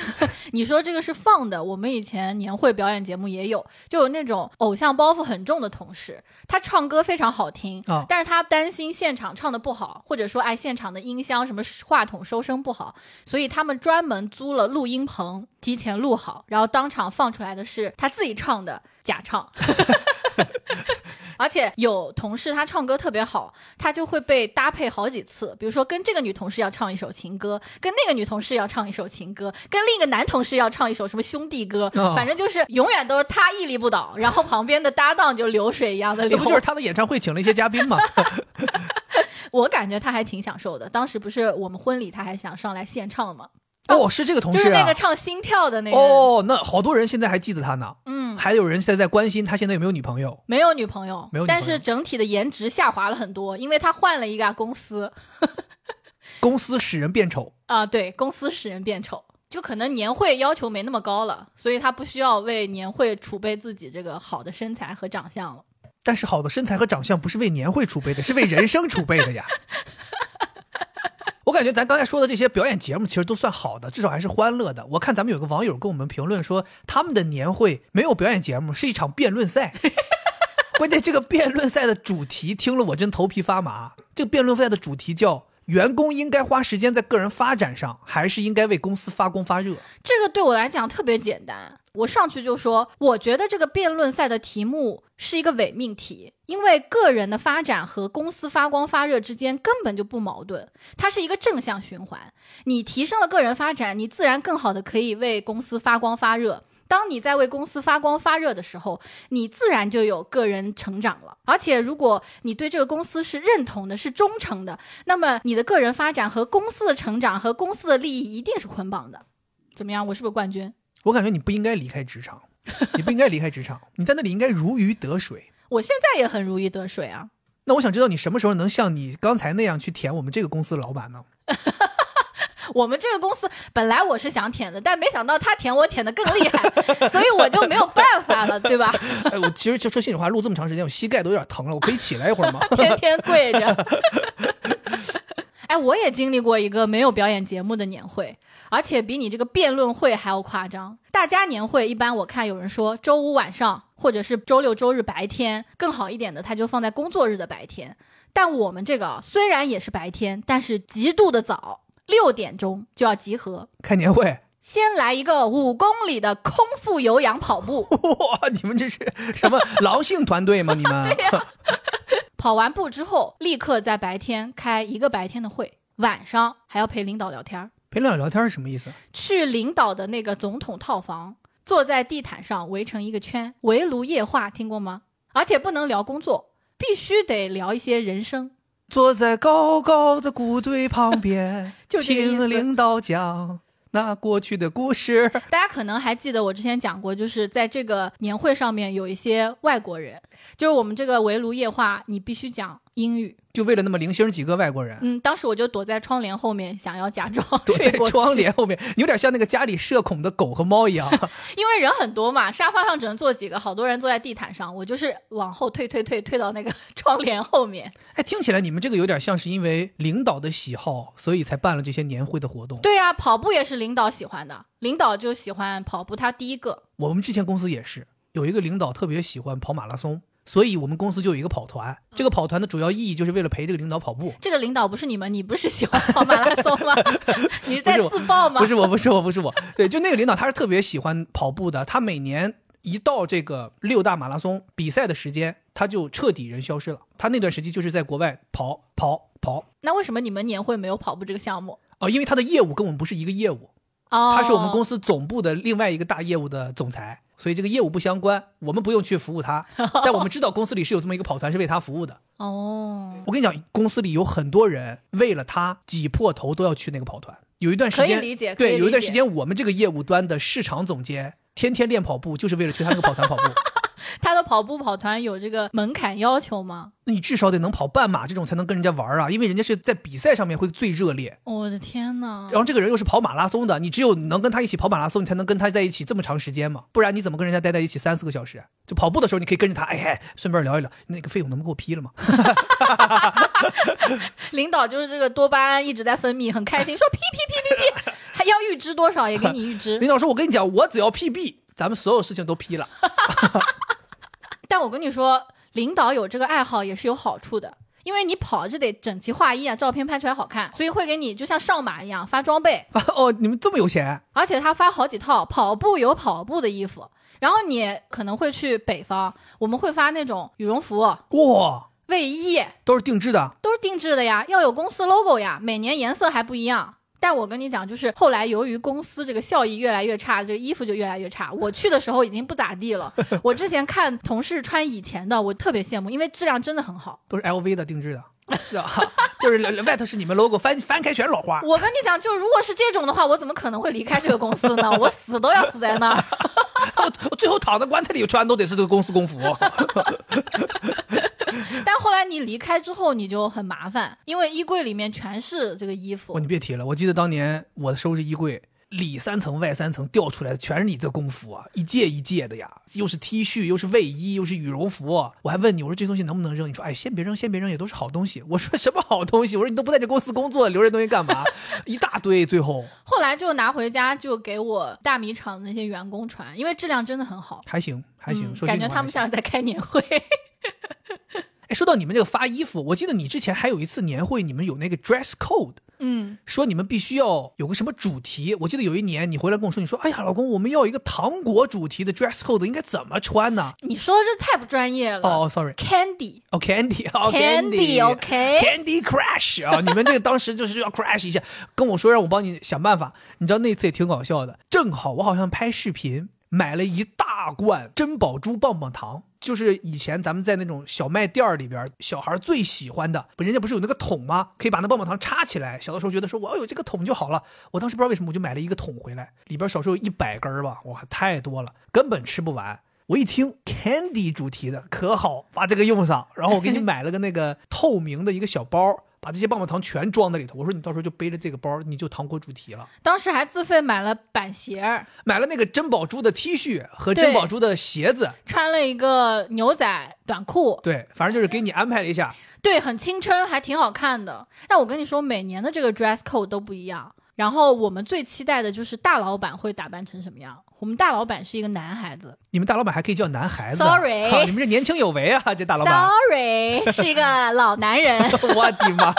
Speaker 2: 你说这个是放的，我们以前年会表演节目也有，就有那种偶像包袱很重的同事，他唱歌非常好听，
Speaker 1: 啊
Speaker 2: 但是他担心现场唱的不好，或者说哎现场的音箱什么话筒收声不好，所以他们专门租了录音棚，提前录好，然后当场放出来的是他自己唱的假唱。 而且有同事他唱歌特别好，他就会被搭配好几次，比如说跟这个女同事要唱一首情歌，跟那个女同事要唱一首情歌，跟另一个男同事要唱一首什么兄弟歌，
Speaker 1: 哦
Speaker 2: 反正就是永远都是他屹立不倒，然后旁边的搭档就流水一样的
Speaker 1: 这
Speaker 2: 流
Speaker 1: 不。就是他的演唱会请了一些嘉宾吗？
Speaker 2: 我感觉他还挺享受的，当时不是我们婚礼他还想上来献唱嘛，
Speaker 1: 哦，是这个同
Speaker 2: 就
Speaker 1: 事
Speaker 2: 是那
Speaker 1: 啊
Speaker 2: 个。唱心跳的那个人，
Speaker 1: 哦，那好多人现在还记得他呢，
Speaker 2: 嗯，
Speaker 1: 还有人现在在关心他现在有没有女朋友。
Speaker 2: 没有女朋友，
Speaker 1: 没有女
Speaker 2: 但
Speaker 1: 朋友
Speaker 2: 是整体的颜值下滑了很多，因为他换了一家公司。
Speaker 1: 公司使人变丑，
Speaker 2: 啊，对，公司使人变丑，就可能年会要求没那么高了，所以他不需要为年会储备自己这个好的身材和长相了。
Speaker 1: 但是好的身材和长相不是为年会储备的， 是为人生储备的呀。 我感觉咱刚才说的这些表演节目其实都算好的，至少还是欢乐的。我看咱们有个网友跟我们评论说，他们的年会没有表演节目，是一场辩论赛。 关键这个辩论赛的主题听了我真头皮发麻。这个辩论赛的主题叫“员工应该花时间在个人发展上，还是应该为公司发光发热
Speaker 2: 这个对我来讲特别简单，我上去就说，我觉得这个辩论赛的题目是一个伪命题，因为个人的发展和公司发光发热之间根本就不矛盾，它是一个正向循环。你提升了个人发展，你自然更好的可以为公司发光发热。当你在为公司发光发热的时候，你自然就有个人成长了。而且，如果你对这个公司是认同的、是忠诚的，那么你的个人发展和公司的成长和公司的利益一定是捆绑的。怎么样？我是不是冠军？”？
Speaker 1: 我感觉你不应该离开职场，你不应该离开职场，你在那里应该如鱼得水。
Speaker 2: 我现在也很如鱼得水啊！
Speaker 1: 那我想知道你什么时候能像你刚才那样去舔我们这个公司的老板呢？
Speaker 2: 我们这个公司本来我是想舔的，但没想到他舔我舔的更厉害， 所以我就没有办法了，对吧？
Speaker 1: 哎，我其实就说心里话，录这么 长时间，我膝盖都有点疼了，我可以起来一会儿吗？
Speaker 2: 天天跪着。 哎，我也经历过一个没有表演节目的年会，而且比你这个辩论会还要夸张。大家年会一般，我看有人说周五晚上或者是周六周日白天更好一点的，他就放在工作日的白天。但我们这个啊虽然也是白天，但是极度的早，六点钟就要集合，
Speaker 1: 开年会，，
Speaker 2: 先来一个五公里的空腹有氧跑步
Speaker 1: 哇，你们这是什么狼性团队吗？你 们
Speaker 2: 跑完步之后立刻在白天开一个白天的会，晚上还要陪领导聊天儿。
Speaker 1: 陪领导聊天是什么意思？
Speaker 2: 去领导的那个总统套房，坐在地毯上围成一个圈，围炉夜话，听过吗？而且不能聊工作，必须得聊一些人生。
Speaker 1: 坐在高高的谷堆旁边，
Speaker 2: 就这个意
Speaker 1: 听
Speaker 2: 思
Speaker 1: 领导讲那过去的故事。
Speaker 2: 大家可能还记得我之前讲过，就是在这个年会上面有一些外国人，就是我们这个围炉夜话，你必须讲英语。
Speaker 1: 就为了那么零星几个外国人，
Speaker 2: 嗯，当时我就躲在窗帘后面，想要假装
Speaker 1: 躲在
Speaker 2: 睡过去
Speaker 1: 窗，帘后面，你有点像那个家里社恐的狗和猫一 样。
Speaker 2: 因为人很多嘛，沙发上只能坐几个，好多人坐在地毯上，我就是往后退退退退到那个 窗帘后面。
Speaker 1: 哎，听起来你们这个有点像是因为领导的喜好，所以才办了这些年会的活动。
Speaker 2: 对呀、啊跑步也是领导喜欢的，领导就喜欢跑步，他第一个。
Speaker 1: 我们之前公司也是有一个领导特别喜欢跑马拉松，所以我们公司就有一个跑团。这个跑团的主要意义就是为了陪这个领导跑步。
Speaker 2: 这个领导嗯不是你们，你不是喜欢跑马拉松吗？ 你是在自爆吗？
Speaker 1: 不是我，不是我，不是我。对，就那个领导他是特别喜欢跑步的，他每年一到这个六大马拉松比赛的时间，他就彻底人消失了。他那段时期就是在国外跑跑跑
Speaker 2: 那为什么你们年会没有跑步这个项目？
Speaker 1: 哦，因为他的业务跟我们不是一个业务，
Speaker 2: 哦，
Speaker 1: 他是我们公
Speaker 2: 司。
Speaker 1: 司总部的另外一个大业务的总裁，所以这个业务不相关，我们不用去服务 他。但我们知道公司里是有这么一个跑团是为他服务的。
Speaker 2: 哦，
Speaker 1: 我跟你讲，公司里有很多人为了他挤破头都要去那个跑团。有一段时间，
Speaker 2: 可以理解可以
Speaker 1: 对，
Speaker 2: 理解
Speaker 1: 有一段时间我们这个业务端的市场总监天天练跑步，就是为了去他那个跑团 跑步。
Speaker 2: 他的跑步跑团有这个门槛要求吗？
Speaker 1: 那你至少得能跑半马这种才能跟人家玩啊，因为人家是在比赛上面会最热烈。
Speaker 2: 哦我的天呐！
Speaker 1: 然后这个人又是跑马拉松的，你只有能跟他一起跑马拉松，你才能跟他在一起这么长时间嘛，不然你怎么跟人家待在一起三四个小时？就跑步的时候你可以跟着他，哎哎，顺便聊一聊，那个费用能不能给我批了吗？
Speaker 2: 领导就是这个多巴胺一直在分泌，很开心，说屁屁 屁屁屁，还要预支多少也给你预支。
Speaker 1: 领导说，我跟你讲，我只要 PB，咱们所有事情都批了。
Speaker 2: 但我跟你说，领导有这个爱好也是有好处的，因为你跑这得整齐划一啊，照片拍出来好看，所以会给你就像上马一样发装备，
Speaker 1: 哦，你们这么有钱？
Speaker 2: 而且他发好几套，跑步有跑步的衣服，然后你可能会去北方，我们会发那种羽绒服、
Speaker 1: 哇、
Speaker 2: 卫衣，
Speaker 1: 都是定制的。
Speaker 2: 都是定制的呀，要有公司 logo 呀，每年颜色还不一样。但我跟你讲，就是后来由于公司这个效益越来越差，这个衣服就越来越差。我去的时候已经不咋地了。 我之前看同事穿以前的，我特别羡慕，因为质量真的很好。
Speaker 1: 都是 LV 的定制的，是吧？ 就是外头是你们 logo，翻翻开全是老花。
Speaker 2: 我跟你讲，就如果是这种的话，我怎么可能会离开这个公 司呢？我死都要死在那儿。
Speaker 1: 我我最后躺在棺材里穿都得是这个公司工服。
Speaker 2: 但后来你离开之后，你就很麻烦，因为衣柜里面全是这个衣
Speaker 1: 哦，
Speaker 2: 服。
Speaker 1: 你别提了，我记得当年我收拾衣柜，里三层外三层掉出来的全是你这工服啊，一届一届的呀，又是 T 恤，又是卫衣，又是羽绒服。我还问你，我说这东西能不能扔？你说哎，先别扔，先别扔，也都是好东西。我说什么好东西？我说你都不在这公司工作，留这东西干嘛？ 一大堆，最后
Speaker 2: 后来就拿回家，就给我大米厂的那些员工穿，因为质量真的很好。
Speaker 1: 还行还行，
Speaker 2: 嗯
Speaker 1: 说
Speaker 2: 感
Speaker 1: 句
Speaker 2: 觉
Speaker 1: 实话
Speaker 2: 他
Speaker 1: 还
Speaker 2: 们
Speaker 1: 行
Speaker 2: 像是在开 年会。
Speaker 1: 哎，说到你们这个发衣服，我记得你之前还有一次年会，你们有那个 dress code，
Speaker 2: 嗯，
Speaker 1: 说你们必须要有个什么主题。我记得有一年你回来跟我说，你说：“哎呀，老公，我们要一个糖果主题的 dress code，应该怎么穿呢
Speaker 2: 你说的这太不专业？”了。
Speaker 1: 哦，sorry，
Speaker 2: Candy，
Speaker 1: 哦，Candy，哦
Speaker 2: Candy，OK
Speaker 1: Candy Crash 啊！你们这个当时就是要 crash 一下，跟我说让我帮你想办法。你知道那次也挺搞笑的，正好我好像拍视频买了一大罐珍宝珠棒棒糖。就是以前咱们在那种小卖店儿里边儿，小孩儿最喜欢的，不人家不是有那个桶吗？可以把那棒棒糖插起来。小的时候觉得说，我要有这个桶就好了。我当时不知道为什么，我就买了一个桶回来，里边儿少说有一百根儿吧，哇，太多了，根本吃不完。我一听 candy 主题的，可好，把这个用上。然后我给你买了个那个透明的一个小包， 把这些棒棒糖全装在里头。我说你到时候就背着这个包，你就糖果主题了。
Speaker 2: 当时还自费买了板鞋儿，
Speaker 1: 买了那个珍宝珠的 T 恤和
Speaker 2: 对
Speaker 1: 珍宝珠的鞋子，
Speaker 2: 穿了一个牛仔短裤。
Speaker 1: 对，反正就是给你安排了一下。
Speaker 2: 对，很青春，还挺好看的。但我跟你说，每年的这个 dress code 都不一样。然后我们最期待的就是大老板会打扮成什么样。我们大老板是一个男孩子
Speaker 1: 你们大老板还可以叫男孩子啊
Speaker 2: Sorry
Speaker 1: 哈你们这年轻有为啊， 这大老板，
Speaker 2: ，sorry，是一个老男人。
Speaker 1: 我的妈！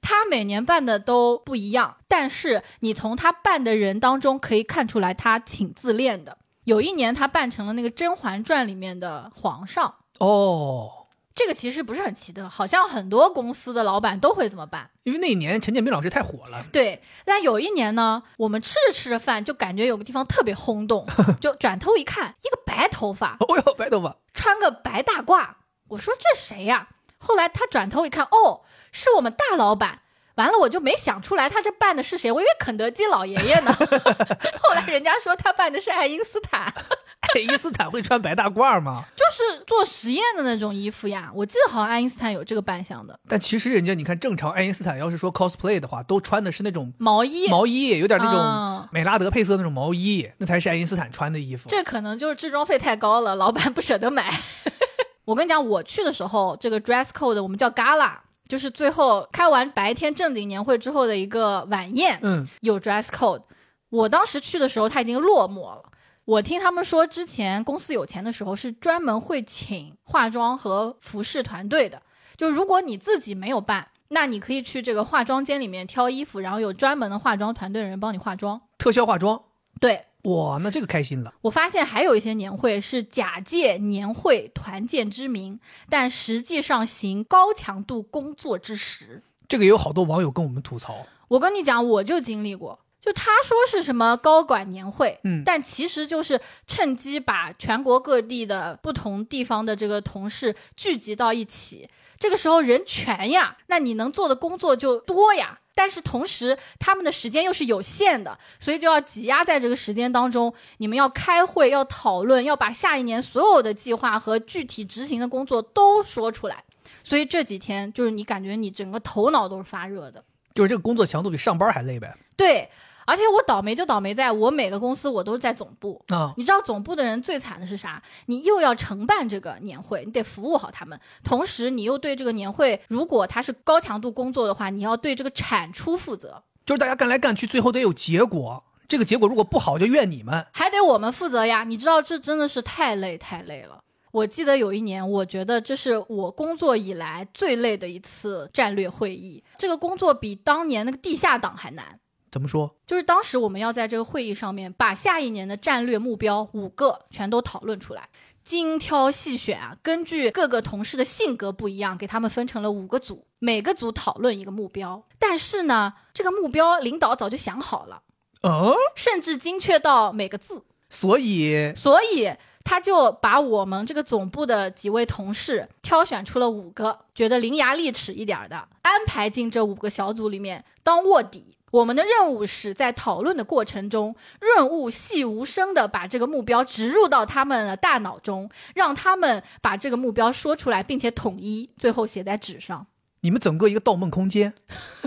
Speaker 2: 他每年办的都不一样，但是你从他办的人当中可以看出来，他挺自恋的。有一年他扮成了那个《甄嬛传》里面的皇上，
Speaker 1: 哦，
Speaker 2: 这个其实不是很奇特，好像很多公司的老板都会这么办。
Speaker 1: 因为那一年陈建斌老师太火了，
Speaker 2: 对，但有一年呢，我们吃着吃着饭，就感觉有个地方特别轰动，就转头一看，一个白头发，
Speaker 1: 哦哟，白头发，
Speaker 2: 穿个白大褂，我说这谁呀、后来他转头一看，哦，是我们大老板。完了，我就没想出来他这扮的是谁，我以为肯德基老爷爷呢。 后来人家说他扮的是爱因斯坦，
Speaker 1: 爱因哎斯坦会穿白大褂吗？
Speaker 2: 就是做实验的那种衣服呀。我记得好像爱因斯坦有这个扮相的
Speaker 1: 但其实人家你看，正常爱因斯坦要是说 cosplay 的话，都穿的是那种
Speaker 2: 毛衣，
Speaker 1: 毛衣，有点那
Speaker 2: 啊
Speaker 1: 种美拉德配色那种毛衣，那才是爱因斯坦穿的衣服。
Speaker 2: 这可能就是置装费太高了，老板不舍得买。 我跟你讲，我去的时候，这个 dress code 我们叫 gala，就是最后开完白天正经年会之后的一个晚宴。
Speaker 1: 嗯，
Speaker 2: 有 dress code。我当时去的时候，它已经落寞了。我听他们说，之前公司有钱的时候是专门会请化妆和服饰团队的。就如果你自己没有办，那你可以去这个化妆间里面挑衣服，然后有专门的化妆团队的人帮你化妆。
Speaker 1: 特效化妆，
Speaker 2: 对
Speaker 1: 哇，那这个开心了。
Speaker 2: 我发现还有一些年会是假借年会团建之名，但实际上行高强度工作之实。
Speaker 1: 这个也有好多网友跟我们吐槽，
Speaker 2: 我跟你讲，我就经历过。就他说是什么高管年会，
Speaker 1: 嗯
Speaker 2: 但其实就是趁机把全国各地的不同地方的这个同事聚集到一起。这个时候人全呀，那你能做的工作就多呀。但是同时，他们的时间又是有限的，所以就要挤压在这个时间当中。你们要开会，要讨论，要把下一年所有的计划和具体执行的工作都说出来。所以这几天就是你感觉你整个头脑都是发热的。
Speaker 1: 就是这个工作强度比上班还累呗。
Speaker 2: 对，而且我倒霉就倒霉在我每个公司我都是在总部。
Speaker 1: 啊，
Speaker 2: 你知道总部的人最惨的是啥？你又要承办这个年会，你得服务好他们，同时你又对这个年会，如果它是高强度工作的话，你要对这个产出负责，
Speaker 1: 就是大家干来干去，最后得有结果。这个结果如果不好，就怨你们。
Speaker 2: 还得我们负责呀。你知道这真的是太累太累了。我记得有一年，我觉得这是我工作以来最累的一次战略会议。这个工作比当年那个地下党还难。
Speaker 1: 怎么说？
Speaker 2: 就是当时我们要在这个会议上面把下一年的战略目标五个全都讨论出来，精挑细选啊，根据各个同事的性格不一样，给他们分成了五个组，每个组讨论一个目标。但是呢，这个目标领导早就想好了，
Speaker 1: 嗯，
Speaker 2: 甚至精确到每个字，
Speaker 1: 所以
Speaker 2: 所以。他就把我们这个总部的几位同事挑选出了五个，觉得伶牙俐齿一点儿的，安排进这五个小组里面当卧底。我们的任务是在讨论的过程中，润物细无声的把这个目标植入到他们的大脑中，让他们把这个目标说出来，并且统一，最后写在纸上。
Speaker 1: 你们整个一个《盗梦空 间》，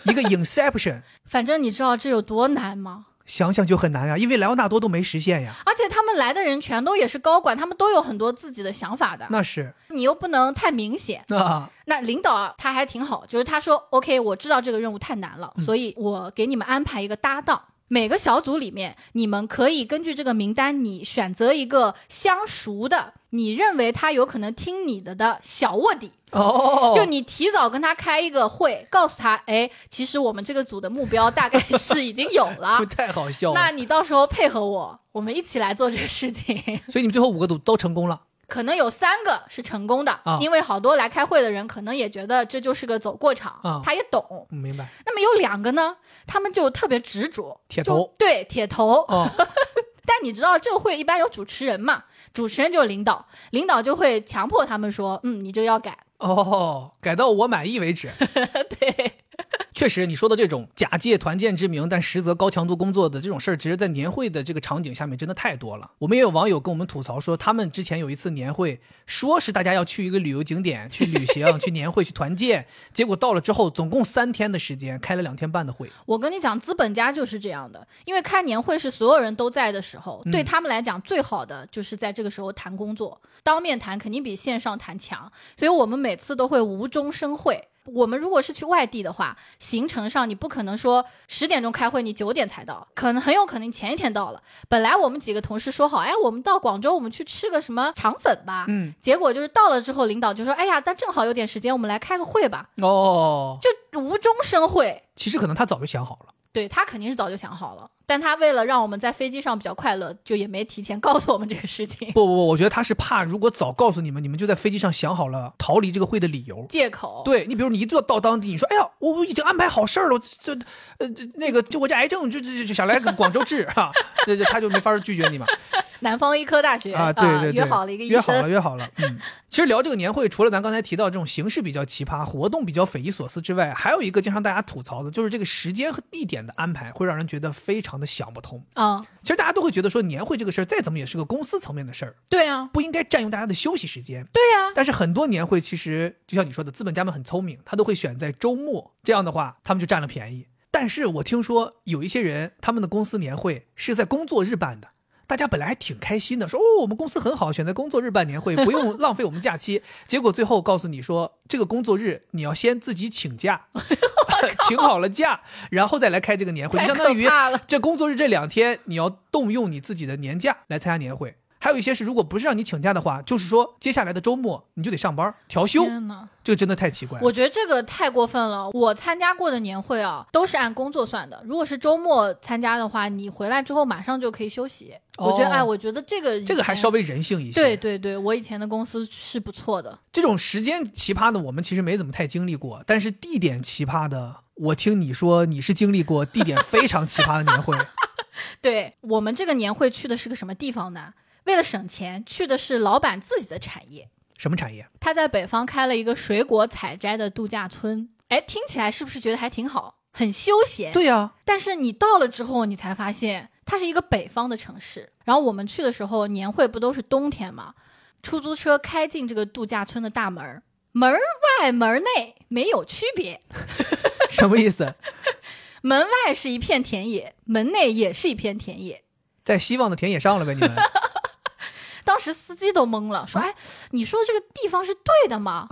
Speaker 1: 一个 Inception，
Speaker 2: 反正你知道这有多难吗？
Speaker 1: 想想就很难呀、啊因为莱昂纳多都没实现呀。
Speaker 2: 而且他们来的人全都也是高管，他们都有很多自己的想法的，
Speaker 1: 那是
Speaker 2: 你又不能太明显。
Speaker 1: 啊，
Speaker 2: 那领导啊他还挺好，就是他说 OK，我知道这个任务太难了，
Speaker 1: 嗯
Speaker 2: 所以我给你们安排一个搭档。每个小组里面，你们可以根据这个名单，你选择一个相熟的，你认为他有可能听你的的小卧底，
Speaker 1: 哦，
Speaker 2: 就你提早跟他开一个会，告诉他，哎，其实我们这个组的目标大概是已经有
Speaker 1: 不
Speaker 2: 了，
Speaker 1: 太好笑了。
Speaker 2: 那你到时候配合我，我们一起来做这个事情。
Speaker 1: 所以你们最后五个组都成功了。
Speaker 2: 可能有三个是成功的，
Speaker 1: 啊
Speaker 2: 因为好多来开会的人可能也觉得这就是个走过场，
Speaker 1: 啊
Speaker 2: 他也懂。
Speaker 1: 嗯明白？
Speaker 2: 那么有两个呢，他们就特别执着，
Speaker 1: 铁
Speaker 2: 就
Speaker 1: 头
Speaker 2: 对铁头。
Speaker 1: 哦，
Speaker 2: 但你知道这个会一般有主持人嘛，主持人就是领导，领导就会强迫他们说，嗯，你这个要改。
Speaker 1: 哦，改到我满意为止。
Speaker 2: 对，
Speaker 1: 确实，你说的这种假借团建之名，但实则高强度工作的这种事儿，其实在年会的这个场景下面真的太多了。我们也有网友跟我们吐槽说，他们之前有一次年会，说是大家要去一个旅游景点去旅行、去年会、去团 建，结果到了之后，总共三天的时间，开了两天半的会。
Speaker 2: 我跟你讲，资本家就是这样的，因为开年会是所有人都在的时候，对他们来讲最好的就是在这个时候谈工作，当面谈肯定比线上谈强，所以我们每次都会无中生会。我们如果是去外地的话，行程上你不可能说十点钟开会，你九点才到，可能很有可能前一天到了。本来我们几个同事说好，哎，我们到广州，我们去吃个什么肠粉吧。
Speaker 1: 嗯，
Speaker 2: 结果就是到了之后，领导就说，哎呀，但正好有点时间，我们来开个会吧，
Speaker 1: 哦，
Speaker 2: 就无中生会。
Speaker 1: 其实可能他早就想好了。
Speaker 2: 对他肯定是早就想好了，但他为了让我们在飞机上比较快乐，就也没提前告诉我们这个事情。
Speaker 1: 不不不，我觉得他是怕，如果早告诉你们，你们就在飞机上想好了逃离这个会的理由。
Speaker 2: 借口，
Speaker 1: 对你，比如你一坐到当地，你说：“哎呀，我我已经安排好事儿了，我这这呃这那个，就我这癌症，就就就想来广州治哈，这这他就没法拒绝你 嘛
Speaker 2: 南方医科大学
Speaker 1: 啊，对对对，
Speaker 2: 约好了一个医
Speaker 1: 约好了
Speaker 2: 生，
Speaker 1: 约好了，嗯，其实聊这个年会，除了咱刚才提到这种形式比较奇葩、活动比较匪夷所思之外，还有一个经常大家吐槽的就是这个时间和地点的安排会让人觉得非常的想不通。
Speaker 2: 嗯，
Speaker 1: 其实大家都会觉得说年会这个事儿再怎么也是个公司层面的事儿，
Speaker 2: 对啊，
Speaker 1: 不应该占用大家的休息时间。
Speaker 2: 对啊，
Speaker 1: 但是很多年会其实就像你说的，资本家们很聪明，他都会选在周末，这样的话他们就占了便宜。但是我听说有一些人，他们的公司年会是在工作日办的，大家本来还挺开心的，说哦我们公司很好，选在工作日办年会，不用浪费我们假期。结果最后告诉你说，这个工作日你要先自己请假， 请好了假，然后再来开这个年会，就
Speaker 2: 太
Speaker 1: 相当
Speaker 2: 可
Speaker 1: 于
Speaker 2: 怕了。
Speaker 1: 这工作日这两天，你要动用你自己的年假来参加年会。还有一些是，如果不是让你请假的话，就是说接下来的周末你就哎得上班调休，
Speaker 2: 天呐，
Speaker 1: 这个真的太奇怪了。
Speaker 2: 我觉得这个太过分了。我参加过的年会啊，都是按工作算的。如果是周末参加的话，你回来之后马上就可以休息。我觉得，
Speaker 1: 哦
Speaker 2: 哎，我觉得这个
Speaker 1: 这个还
Speaker 2: 以前
Speaker 1: 稍微人性一些。
Speaker 2: 对对对，我以前的公司是不错的。
Speaker 1: 这种时间奇葩的，我们其实没怎么太经历过，但是地点奇葩的，我听你说你是经历过地点非常奇葩的年会，
Speaker 2: 对我们这个年会去的是个什么地方呢？为了省钱，去的是老板自己的产业。
Speaker 1: 什么产业？
Speaker 2: 他在北方开了一个水果采摘的度假村，哎，听起来是不是觉得还挺好，很休闲？
Speaker 1: 对呀、
Speaker 2: 但是你到了之后，你才发现它是一个北方的城市。然后我们去的时候，年会不都是冬天嘛？出租车开进这个度假村的大门儿，门儿外门儿内没有区别，
Speaker 1: 什么意思？
Speaker 2: 门外是一片田野，门内也是一片田野。
Speaker 1: 在希望的田野上了呗，你们
Speaker 2: 当时司机都懵了，说：“哎，你说这个地方是对的吗？”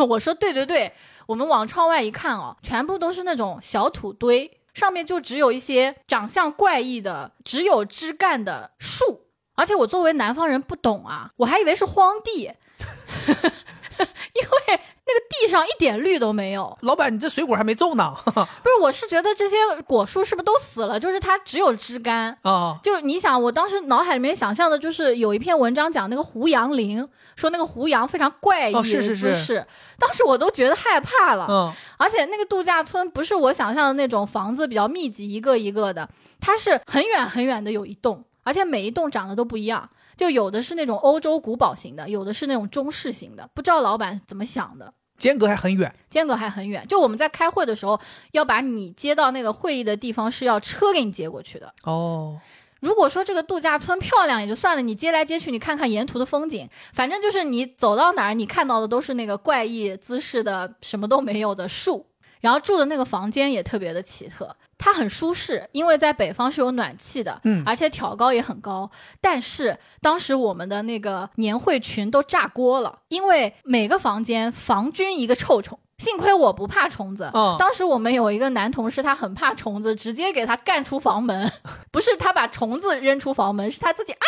Speaker 2: 我说：“对对对。”我们往窗外一看哦，全部都是那种小土堆，上面就只有一些长相怪异的、只有枝干的树。而且我作为南方人不懂啊，我还以为是荒地， 因为那个地上一点绿都没有。
Speaker 1: 老板，你这水果还没种呢
Speaker 2: 不是，我是觉得这些果树是不是都死了？就是它只有枝干，
Speaker 1: 啊！
Speaker 2: 就你想，我当时脑海里面想象的就是有一篇文章讲那个胡杨林，说那个胡杨非常怪异的
Speaker 1: 哦是是
Speaker 2: 姿势，
Speaker 1: 是
Speaker 2: 当时我都觉得害怕了。
Speaker 1: 嗯，
Speaker 2: 而且那个度假村不是我想象的那种房子比较密集，一个一个的，它是很远很远的有一栋，而且每一栋长得都不一样，就有的是那种欧洲古堡型的，有的是那种中式型的，不知道老板怎么想的。
Speaker 1: 间隔还很远，
Speaker 2: 间隔还很远，就我们在开会的时候，要把你接到那个会议的地方是要车给你接过去的。
Speaker 1: 哦，
Speaker 2: 如果说这个度假村漂亮也就算了，你接来接去，你看看沿途的风景，反正就是你走到哪儿，你看到的都是那个怪异姿势的什么都没有的树。然后住的那个房间也特别的奇特，它很舒适，因为在北方是有暖气的，
Speaker 1: 嗯
Speaker 2: 而且挑高也很高。但是当时我们的那个年会群都炸锅了，因为每个房间防菌一个臭虫。幸亏我不怕虫子，
Speaker 1: 嗯
Speaker 2: 当时我们有一个男同事，他很怕虫子，直接给他干出房门。 不是他把虫子扔出房门，是他自己啊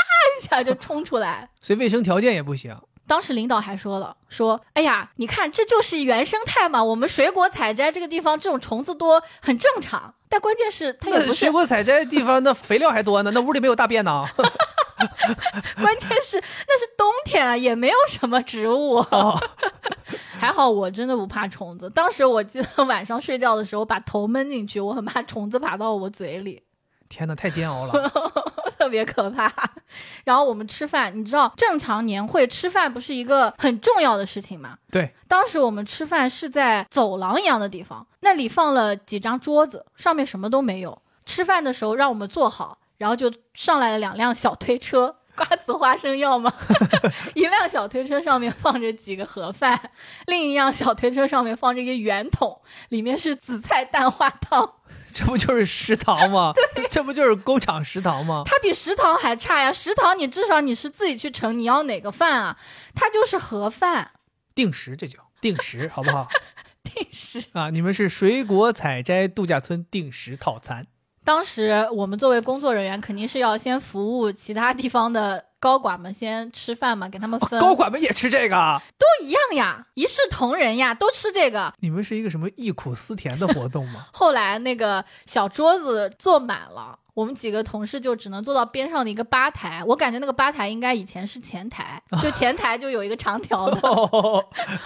Speaker 2: 一下就冲出来。
Speaker 1: 所以卫生条件也不行。
Speaker 2: 当时领导还说了，说：“哎呀，你看这就是原生态嘛，我们水果采摘这个地方这种虫子多很正常。”但关键是它也
Speaker 1: 那
Speaker 2: 不
Speaker 1: 水
Speaker 2: 是，
Speaker 1: 果采摘地方那肥料还多呢，那屋里没有大便 呢。
Speaker 2: 关键 是那是冬天啊，也没有什么植物。
Speaker 1: 哦
Speaker 2: 还好我真的不怕虫子。当时我记得晚上睡觉的时候把头闷进去，我很怕虫子爬到我嘴里，
Speaker 1: 天哪，太煎熬了。
Speaker 2: 特别可怕。 然后我们吃饭，你知道正常年会吃饭不是一个很重要的事情吗？
Speaker 1: 对，
Speaker 2: 当时我们吃饭是在走廊一样的地方，那里放了几张桌子，上面什么都没有。吃饭的时候让我们坐好，然后就上来了两辆小推车，瓜子花生要吗？ 一辆小推车上面放着几个盒饭，另一辆小推车上面放着一个圆筒，里面是紫菜蛋花汤。
Speaker 1: 这不就是食堂 吗？这不就是工厂食堂吗？
Speaker 2: 它比食堂还差呀！食堂你至少你是自己去盛，你要哪个饭啊？它就是盒饭，
Speaker 1: 定时这叫定时，好不好？
Speaker 2: 定时。
Speaker 1: 啊，你们是水果采摘度假村定时套餐，
Speaker 2: 当时我们作为工作人员，肯定是要先服务其他地方的高管们先吃饭嘛，给他们
Speaker 1: 哦
Speaker 2: 分，
Speaker 1: 高管们也吃这个啊？
Speaker 2: 都一样呀，一视同仁呀，都吃这个。？
Speaker 1: 你们是一个什么忆苦思甜的活动吗
Speaker 2: 后来那个小桌子坐满了，我们几个同事就只能坐到边上的一个吧台。我感觉那个吧台应该以前是前 台，就前台就有一个长条的，
Speaker 1: 哦，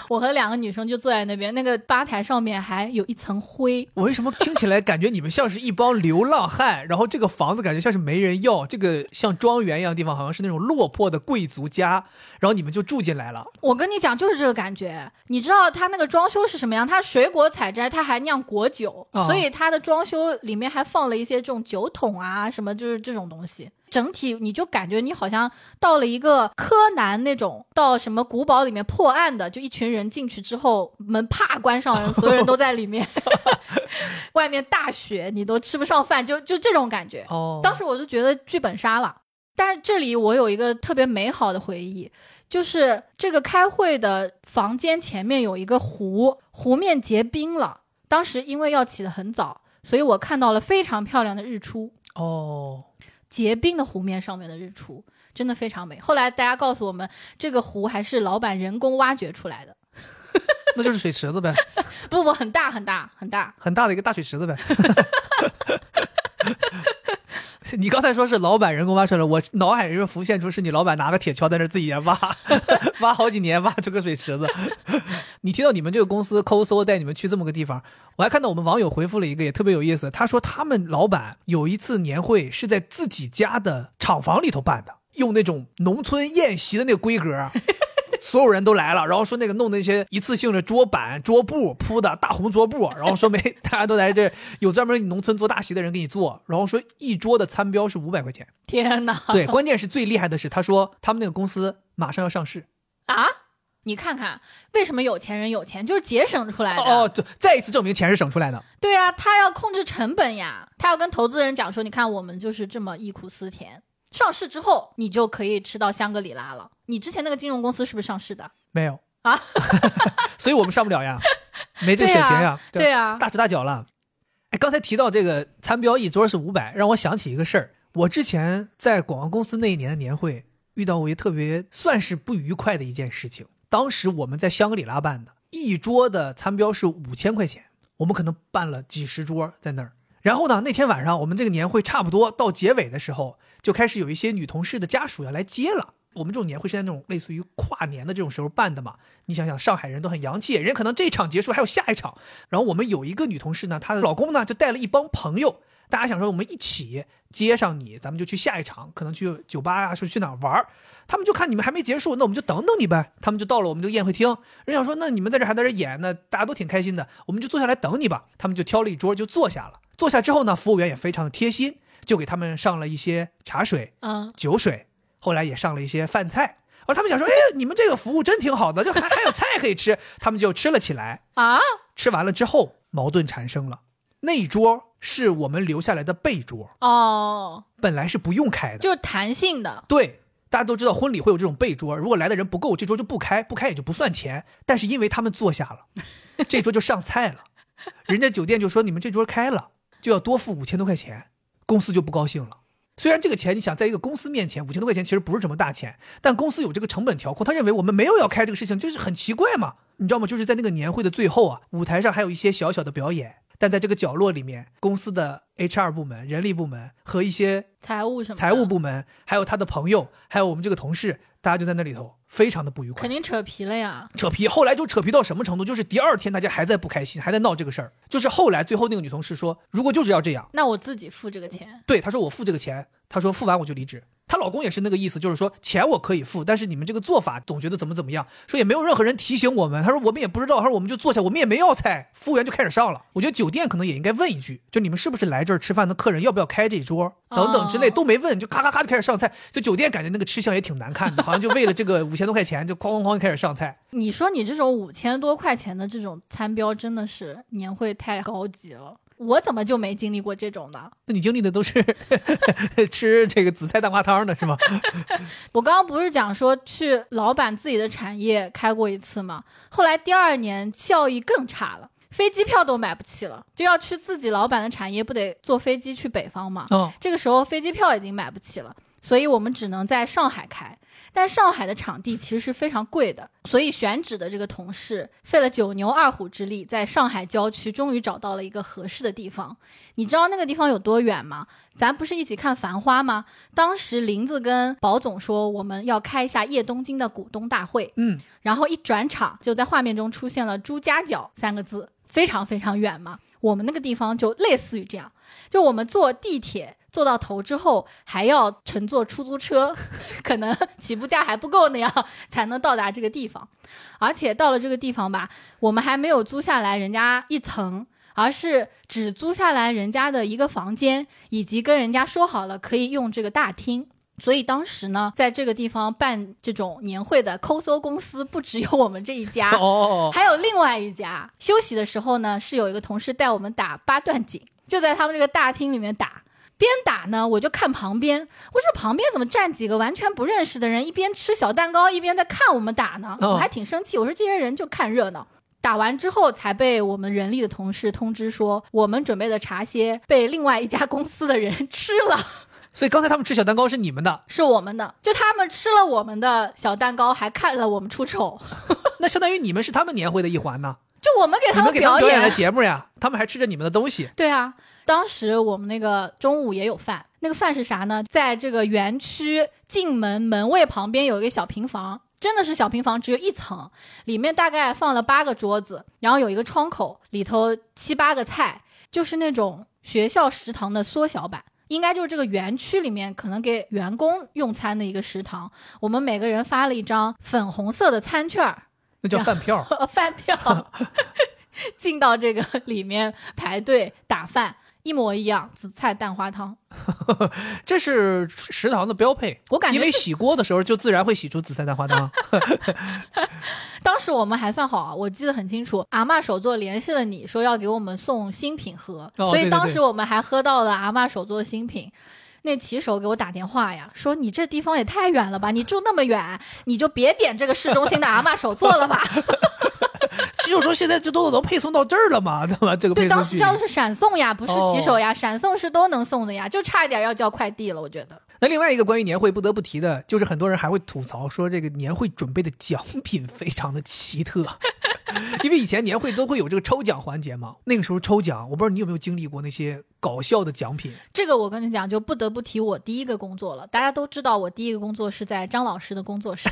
Speaker 2: 我和两个女生就坐在那边。那个吧台上面还有一层灰，
Speaker 1: 我为什么听起来感觉你们像是一帮流浪汉？然后这个房子感觉像是没人要，这个像庄园一样的地方好像是那种落魄的贵族家，然后你们就住进来了。
Speaker 2: 我跟你讲，就是这个感觉。你知道它那个装修是什么样？它水果采摘，它还酿果酒，
Speaker 1: 啊
Speaker 2: 所以它的装修里面还放了一些这种酒桶啊，什么就是这种东西。整体你就感觉你好像到了一个柯南那种，到什么古堡里面破案的，就一群人进去之后，门啪关上，人所有人都在里面， 外面大雪，你都吃不上饭，就就这种感觉。
Speaker 1: 哦
Speaker 2: 当时我就觉得剧本杀了。但是这里我有一个特别美好的回忆，就是这个开会的房间前面有一个湖，湖面结冰了。当时因为要起得很早，所以我看到了非常漂亮的日出，
Speaker 1: 哦，
Speaker 2: 结冰的湖面上面的日出真的非常美。后来大家告诉我们，这个湖还是老板人工挖掘出来的，
Speaker 1: 那就是水池子呗，
Speaker 2: 不不，很大很大很大。
Speaker 1: 很大的一个大水池子呗。 你刚才说是老板人工挖出来，我脑海中浮现出是你老板拿个铁锹在那儿自己也挖， 挖好几年挖出个水池子。 你提到你们这个公司抠搜带你们去这么个地方，我还看到我们网友回复了一个也特别有意思，他说他们老板有一次年会是在自己家的厂房里头办的，用那种农村宴席的那个规格啊。所有人都来了，然后说那个弄那些一次性的桌板、桌布铺的大红桌布，然后说没大家都来这，有专门农村做大席的人给你做，然后说一桌的餐标是五百块 钱。
Speaker 2: 天哪！
Speaker 1: 对，关键是最厉害的是，他说他们那个公司马上要上 市。
Speaker 2: 啊，你看看为什么有钱人有钱，就是节省出来的。
Speaker 1: 哦，对，再一次证明钱是省出来的。
Speaker 2: 对啊，他要控制成本呀，他要跟投资人讲说，你看我们就是这么忆苦思甜。上市之后，你就可以吃到香格里拉了。你之前那个金融公司是不是上市的？
Speaker 1: 没有
Speaker 2: 啊，
Speaker 1: 所以我们上不了呀，没这个水平
Speaker 2: 对
Speaker 1: 呀，
Speaker 2: 对啊，
Speaker 1: 大手大脚了。哎，刚才提到这个餐标一桌是五百，让我想起一个事儿。我之前在广告公司那一年的年会遇到过一个特别算是不愉快的一件事情。当时我们在香格里拉办的，一桌的餐标是五千块钱，我们可能办了几十桌在那儿。然后呢，那天晚上我们这个年会差不多到结尾的时候，就开始有一些女同事的家属要来接了。我们这种年会是在那种类似于跨年的这种时候办的嘛，你想想，上海人都很洋气，人家可能这场结束还有下一场。然后我们有一个女同事呢，她的老公呢就带了一帮朋友，大家想说我们一起接上你，咱们就去下一场，可能去酒吧啊，说去哪儿玩儿。他们就看你们还没结束，那我们就等等你呗。他们就到了我们这个宴会厅，人想说那你们在这还在这演呢，大家都挺开心的，我们就坐下来等你吧。他们就挑了一桌就坐下了。坐下之后呢，服务员也非常的贴心，就给他们上了一些茶水、
Speaker 2: 嗯，
Speaker 1: 酒水，后来也上了一些饭菜。而他们想说，哎，你们这个服务真挺好的，就还还有菜可以吃，他们就吃了起来。
Speaker 2: 啊，
Speaker 1: 吃完了之后，矛盾产生了。那一桌是我们留下来的备桌，
Speaker 2: 哦，
Speaker 1: 本来是不用开的。
Speaker 2: 就是弹性的，
Speaker 1: 对，大家都知道婚礼会有这种备桌，如果来的人不够，这桌就不开，不开也就不算钱。但是因为他们坐下了，这桌就上菜了，人家酒店就说你们这桌开了，就要多付五千多块钱，公司就不高兴了。虽然这个钱，你想在一个公司面前，五千多块钱其实不是什么大钱，但公司有这个成本调控，他认为我们没有要开这个事情，就是很奇怪嘛，你知道吗？就是在那个年会的最后啊，舞台上还有一些小小的表演，但在这个角落里面，公司的 HR 部门、人力部门和一些
Speaker 2: 财务什么的，
Speaker 1: 财务部门，还有他的朋友，还有我们这个同事，大家就在那里头非常的不愉快
Speaker 2: 肯，定扯皮了呀。
Speaker 1: 扯皮。后来就扯皮到什么程度？就是第二天大家还在不开心，还在闹这个事儿。就是后来最后那个女同事说，如果就是要这样，
Speaker 2: 那我自己付这个钱，
Speaker 1: 对她说我付这个钱，她说付完我就离职。她她老公也是那个意思，就是说钱我可以付，但是你们这个做法总觉得怎么怎么样，说也没有任何人提醒我们。她说我们也不知道，她说我们就坐下，我们也没要菜，服务员就开始上了。我觉得酒店可能也应该问一句，就你们是不是来这儿吃饭的客人，要不要开这桌等等之类
Speaker 2: 哦
Speaker 1: 都没问，就咔咔咔就开始上菜。就酒店感觉那个吃相也挺难看的，好像就为了这个五千多块钱就哐哐哐就开始上菜。
Speaker 2: 你说你这种五千多块钱的这种餐标，真的是年会太高级了。我怎么就没经历过这种呢？
Speaker 1: 那你经历的都是 吃这个紫菜蛋花汤的是吗？
Speaker 2: 我刚刚不是讲说去老板自己的产业开过一次吗？后来第二年效益更差了，飞机票都买不起了，就要去自己老板的产业，不得坐飞机去北方吗？
Speaker 1: 嗯，
Speaker 2: 这个时候飞机票已经买不起了，所以我们只能在上海开。但上海的场地其实是非常贵的，所以选址的这个同事费了九牛二虎之力，在上海郊区终于找到了一个合适的地方。你知道那个地方有多远吗？咱不是一起看《繁花》吗？当时林子跟宝总说我们要开一下夜东京的股东大会，
Speaker 1: 嗯，
Speaker 2: 然后一转场就在画面中出现了“朱家角”三个字，非常非常远嘛。我们那个地方就类似于这样，就我们坐地铁坐到头之后，还要乘坐出租车， 可能起步价还不够那样才能到达这个地方。而且到了这个地方吧，我们还没有租下来人家一层，而是只租下来人家的一个房间，以及跟人家说好了可以用这个大厅。所以当时呢，在这个地方办这种年会的 抠搜公司不只有我们这一家，
Speaker 1: 哦哦哦，
Speaker 2: 还有另外一家，休息的时候呢，是有一个同事带我们打八段锦，就在他们这个大厅里面打。边打呢，我就看旁边，我说旁边怎么站几个完全不认识的人，一边吃小蛋糕一边在看我们打呢？
Speaker 1: 哦
Speaker 2: 我还挺生气，我说这些人就看热闹。打完之后才被我们人力的同事通知说，我们准备的茶歇被另外一家公司的人吃了。
Speaker 1: 所以刚才他们吃小蛋糕是你们的，
Speaker 2: 是我们的，就他们吃了我们的小蛋糕，还看了我们出丑，
Speaker 1: 那相当于你们是他们年会的一环呢，
Speaker 2: 就我们给
Speaker 1: 你
Speaker 2: 哎他
Speaker 1: 们
Speaker 2: 们
Speaker 1: 给他
Speaker 2: 表
Speaker 1: 们表演
Speaker 2: 演
Speaker 1: 了。节目呀，他们还吃着你们的东西。
Speaker 2: 对啊，当时我们那个中午也有饭，那个饭是啥呢？在这个园区进门门卫旁边有一个小平房。真的是小平房，只有一层，里面大概放了八个桌子，然后有一个窗口，里头七八个菜，就是那种学校食堂的缩小版，应该就是这个园区里面可能给员工用餐的一个食堂。我们每个人发了一张粉红色的餐券儿，
Speaker 1: 那叫饭
Speaker 2: 哎
Speaker 1: 票，
Speaker 2: 饭票进到这个里面排队打饭，一模一样，紫菜蛋花汤。
Speaker 1: 这是食堂的标配。
Speaker 2: 我感
Speaker 1: 因
Speaker 2: 觉
Speaker 1: 为洗锅的时候就自然会洗出紫菜蛋花汤。
Speaker 2: 当时我们还算好啊，我记得很清楚，阿嬷手作联系了你说要给我们送新品喝，
Speaker 1: 哦
Speaker 2: 所
Speaker 1: 对对
Speaker 2: 以当
Speaker 1: 对
Speaker 2: 时我们还喝到了阿嬷手作新品。那骑手给我打电话呀，说你这地方也太远了吧，你住那么远，你就别点这个市中心的阿嬷手作了 吧。
Speaker 1: 骑手说现在这都能配送到这儿了吗？对吧？这个
Speaker 2: 对，
Speaker 1: 配送哦
Speaker 2: 当时
Speaker 1: 距
Speaker 2: 叫的
Speaker 1: 离。
Speaker 2: 是闪送呀，不是骑手呀，闪送是都能送的呀，就差一点要叫快递了，我觉得。
Speaker 1: 那另外一个关于年会不得不提的，就是很多人还会吐槽说这个年会准备的奖品非常的奇特， 因为以前年会都会有这个抽奖环节嘛。那个时候抽奖，我不知道你有没有经历过那些搞笑的奖品。
Speaker 2: 这个我跟你讲，就不得不提我第一个工作了。大家都知道，我第一个工作是在张老师的工 作室。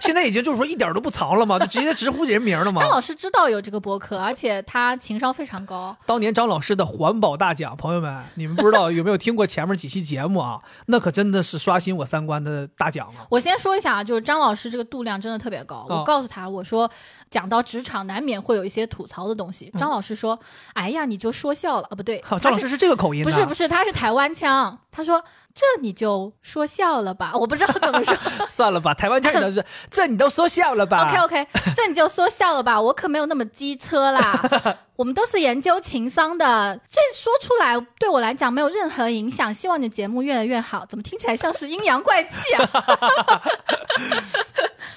Speaker 1: 现在已经就是说一点儿都不藏了嘛，就直接直呼人名了嘛。
Speaker 2: 张老师知道有这个播客，而且他情商非常高。
Speaker 1: 当年张老师的环保大奖，朋友们，你们不知道有没有听过前面几期节目啊？ 那可真的是刷新我三观的大奖了。
Speaker 2: 我先说一下啊，就是张老师这个度量真的特别高。
Speaker 1: 哦
Speaker 2: 我告诉他，我说讲到职场难免会有一些吐槽的东西。张老师说：“哎呀，你就说笑了啊？不对，
Speaker 1: 嗯好，
Speaker 2: 他
Speaker 1: 张老
Speaker 2: 是
Speaker 1: 师是这个口音啊
Speaker 2: 不
Speaker 1: 的，
Speaker 2: 是不是，他是台湾腔。他说这你就说笑了吧，我不知道怎么说。
Speaker 1: 算了吧，台湾腔你的这你都说笑了吧
Speaker 2: OK OK，这你就说笑了吧，我可没有那么机车 啦。我们都是研究情商的，这说出来对我来讲没有任何影响。希望你的节目越来越好。怎么听起来像是阴阳怪气 啊？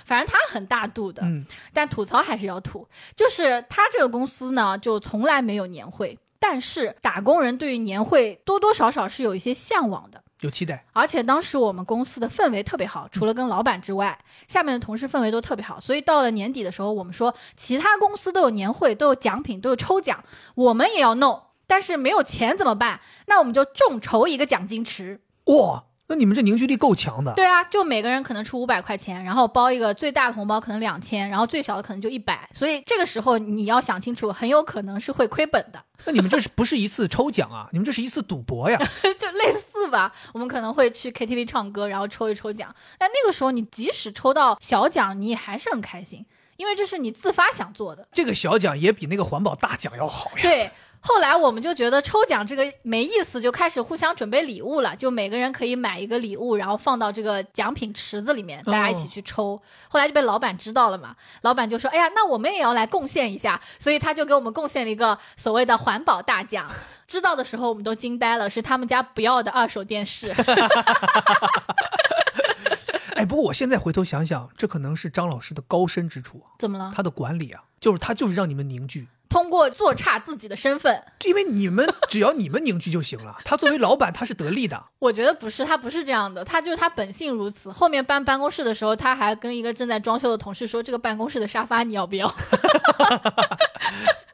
Speaker 2: 反正他很大度的，
Speaker 1: 嗯
Speaker 2: 但吐槽还是要吐。就是他这个公司呢，就从来没有年会，但是打工人对于年会多多少少是有一些向往的。
Speaker 1: 有期待，
Speaker 2: 而且当时我们公司的氛围特别好，除了跟老板之外，下面的同事氛围都特别好。所以到了年底的时候，我们说其他公司都有年会，都有奖品，都有抽奖，我们也要弄，但是没有钱怎么办？那我们就众筹一个奖金池。
Speaker 1: 哇，那你们这凝聚力够强的。
Speaker 2: 对啊，就每个人可能出五百块钱，然后包一个最大的红包可能两千，然后最小的可能就一百。所以这个时候你要想清楚，很有可能是会亏本的，
Speaker 1: 那你们这是不是一次抽奖啊？你们这是一次赌博呀！
Speaker 2: 就类似吧，我们可能会去 KTV 唱歌，然后抽一抽奖。但那个时候，你即使抽到小奖，你也还是很开心，因为这是你自发想做的。
Speaker 1: 这个小奖也比那个环保大奖要好 呀。
Speaker 2: 对，后来我们就觉得抽奖这个没意思，就开始互相准备礼物了，就每个人可以买一个礼物，然后放到这个奖品池子里面，大家一起去抽。后来就被老板知道了嘛，老板就说：“哎呀，那我们也要来贡献一下。”所以他就给我们贡献了一个所谓的环保大奖。知道的时候我们都惊呆了，是他们家不要的二手电视。
Speaker 1: 哎，不过我现在回头想想，这可能是张老师的高深之处啊，
Speaker 2: 怎么了？
Speaker 1: 他的管理啊，就是他就是让你们凝聚，
Speaker 2: 通过做差自己的身份，
Speaker 1: 因为你们只要你们凝聚就行了。他作为老板，他是得力的。
Speaker 2: 我觉得不是，他不是这样的，他就是他本性如此。后面搬办公室的时候，他还跟一个正在装修的同事说：“这个办公室的沙发你要不要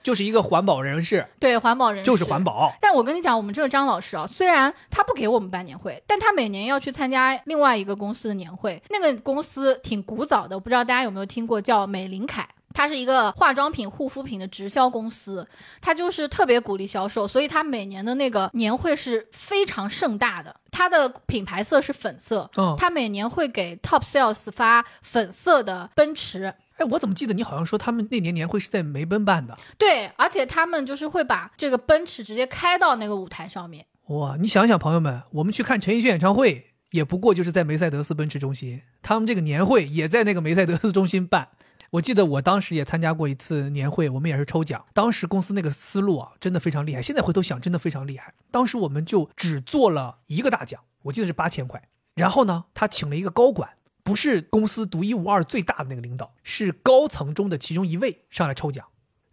Speaker 1: 就是一个环保人士，？”
Speaker 2: 对，环保人士
Speaker 1: 就是环。保。
Speaker 2: 但我跟你讲，我们这个张老师啊，虽然他不给我们办年会，但他每年要去参加另外一个公司的年会。那个公司挺古早的，我不知道大家有没有听过，叫美林凯。它是一个化妆品、护肤品的直销公司，它就是特别鼓励销售，所以它每年的那个年会是非常盛大的。它的品牌色是粉色，
Speaker 1: 嗯，
Speaker 2: 他每年会给 Top Sales 发粉色的奔驰，
Speaker 1: 哎，我怎么记得你好像说他们那年年会是在梅奔办的？
Speaker 2: 对，而且他们就是会把这个奔驰直接开到那个舞台上面。
Speaker 1: 哇，你想想，朋友们，我们去看陈奕迅演唱会，也不过就是在梅赛德斯奔驰中心，他们这个年会也在那个梅赛德斯中心办。我记得我当时也参加过一次年会，我们也是抽奖。当时公司那个思路啊，真的非常厉害。现在回头想，真的非常厉害。当时我们就只做了一个大奖，我记得是八千块。然后呢，他请了一个高管，不是公司独一无二最大的那个领导，是高层中的其中一位上来抽奖。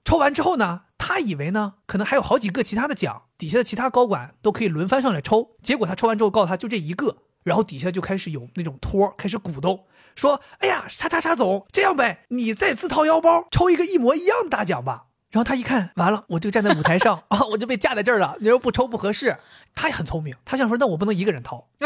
Speaker 1: 抽完之后呢，他以为呢，可能还有好几个其他的奖，底下的其他高管都可以轮番上来抽。结果他抽完之后告诉他就这一个，然后底下就开始有那种托儿开始鼓动，说：“哎呀，叉叉叉总，这样呗，你再自掏腰包抽一个一模一样的大奖吧。”然后他一看，完了，我就站在舞台上 啊，我就被架在这儿了。你说不抽不合适，他也很聪明，他想说，那我不能一个人掏，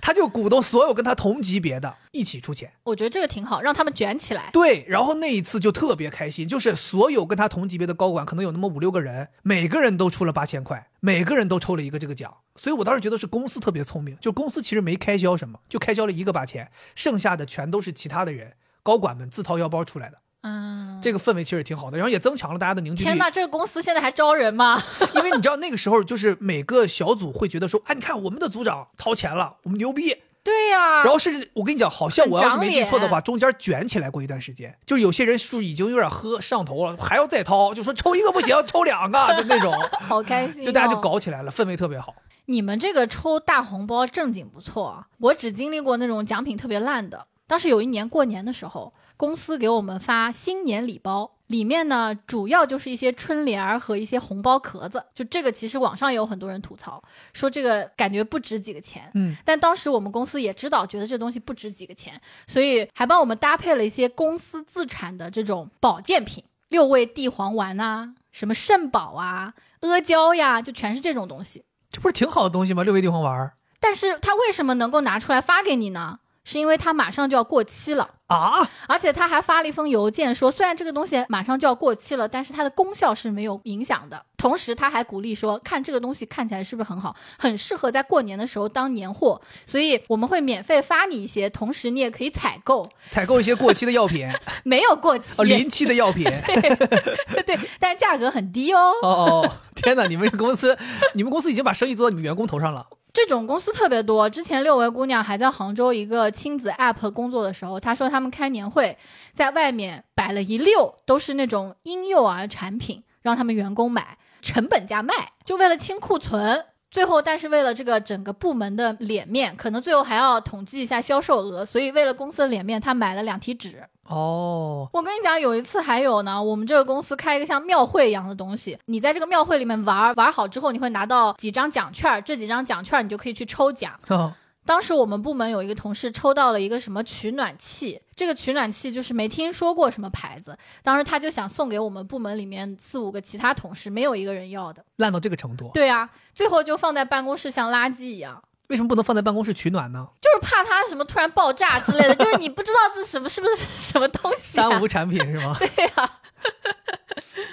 Speaker 1: 他就鼓动所有跟他同级别的一起出钱。
Speaker 2: 我觉得这个挺好，让他们卷起来。
Speaker 1: 对，然后那一次就特别开心，就是所有跟他同级别的高管，可能有那么五六个人，每个人都出了八千块，每个人都抽了一个这个奖。所以我当时觉得是公司特别聪明，就公司其实没开销什么，就开销了一个八千，剩下的全都是其他的人高管们自掏腰包出来的。
Speaker 2: 嗯，
Speaker 1: 这个氛围其实也挺好的，然后也增强了大家的凝聚力
Speaker 2: 天。哪，这个公司现在还招人吗？
Speaker 1: 因为你知道那个时候，就是每个小组会觉得说，哎，你看我们的组长掏钱了，我们牛逼，
Speaker 2: 对呀、
Speaker 1: 然后甚至我跟你讲，好像我要是没记错的
Speaker 2: 啊很长
Speaker 1: 话，中间卷起来过一段时间，就是有些人数已经有点喝上头了，还要再掏，就说抽一个不 行，抽两个就那种，
Speaker 2: 好开心、哦
Speaker 1: 就大家就。搞起来了，氛围特别好。
Speaker 2: 你们这个抽大红包正经不错啊，我只经历过那种奖品特别烂的。当时有一年过年的时候，公司给我们发新年礼包，里面呢主要就是一些春联儿和一些红包壳子。就这个，其实网上也有很多人吐槽，说这个感觉不值几个钱。
Speaker 1: 嗯，
Speaker 2: 但当时我们公司也知道，觉得这东西不值几个钱，所以还帮我们搭配了一些公司自产的这种保健品，六味地黄丸啊，什么肾宝啊、阿胶呀，就全是这种东西。
Speaker 1: 这不是挺好的东西吗？六味地黄丸儿
Speaker 2: 但是它为什么能够拿出来发给你呢？是因为它马上就要过期了，
Speaker 1: 啊，
Speaker 2: 而且他还发了一封邮件说，虽然这个东西马上就要过期了，但是它的功效是没有影响的。同时，他还鼓励说，看这个东西看起来是不是很好，很适合在过年的时候当年货，所以我们会免费发你一些，同时你也可以采购，
Speaker 1: 采购一些过期的药 品，
Speaker 2: 没有过期，
Speaker 1: 哦，临期的药品。
Speaker 2: 对，但是价格很低哦。
Speaker 1: 哦哦，天哪！你们公司，你们公司已经把生意做到你们员工头上了。
Speaker 2: 这种公司特别多。之前六位姑娘还在杭州一个亲子 app 工作的时候，她说他们开年会，在外面摆了一溜都是那种婴幼儿产品，让他们员工买，成本价卖，就为了清库存。最后，但是为了这个整个部门的脸面，可能最后还要统计一下销售额，所以为了公司的脸面，她买了两提纸。
Speaker 1: 哦，
Speaker 2: 我跟你讲，有一次还有呢，我们这个公司开一个像庙会一样的东西，你在这个庙会里面玩儿，玩好之后，你会拿到几张奖券儿，这几张奖券儿你就可以去抽奖。
Speaker 1: 啊，
Speaker 2: 当时我们部门有一个同事抽到了一个什么取暖器，这个取暖器就是没听说过什么牌子，当时他就想送给我们部门里面四五个其他同事，没有一个人要的。
Speaker 1: 烂到这个程度，
Speaker 2: 对啊，最后就放在办公室像垃圾一样。
Speaker 1: 为什么不能放在办公室取暖呢？
Speaker 2: 就是怕它什么突然爆炸之类的，就是你不知道这什么是不是什么东西、啊。
Speaker 1: 三无产品是吗？
Speaker 2: 对呀、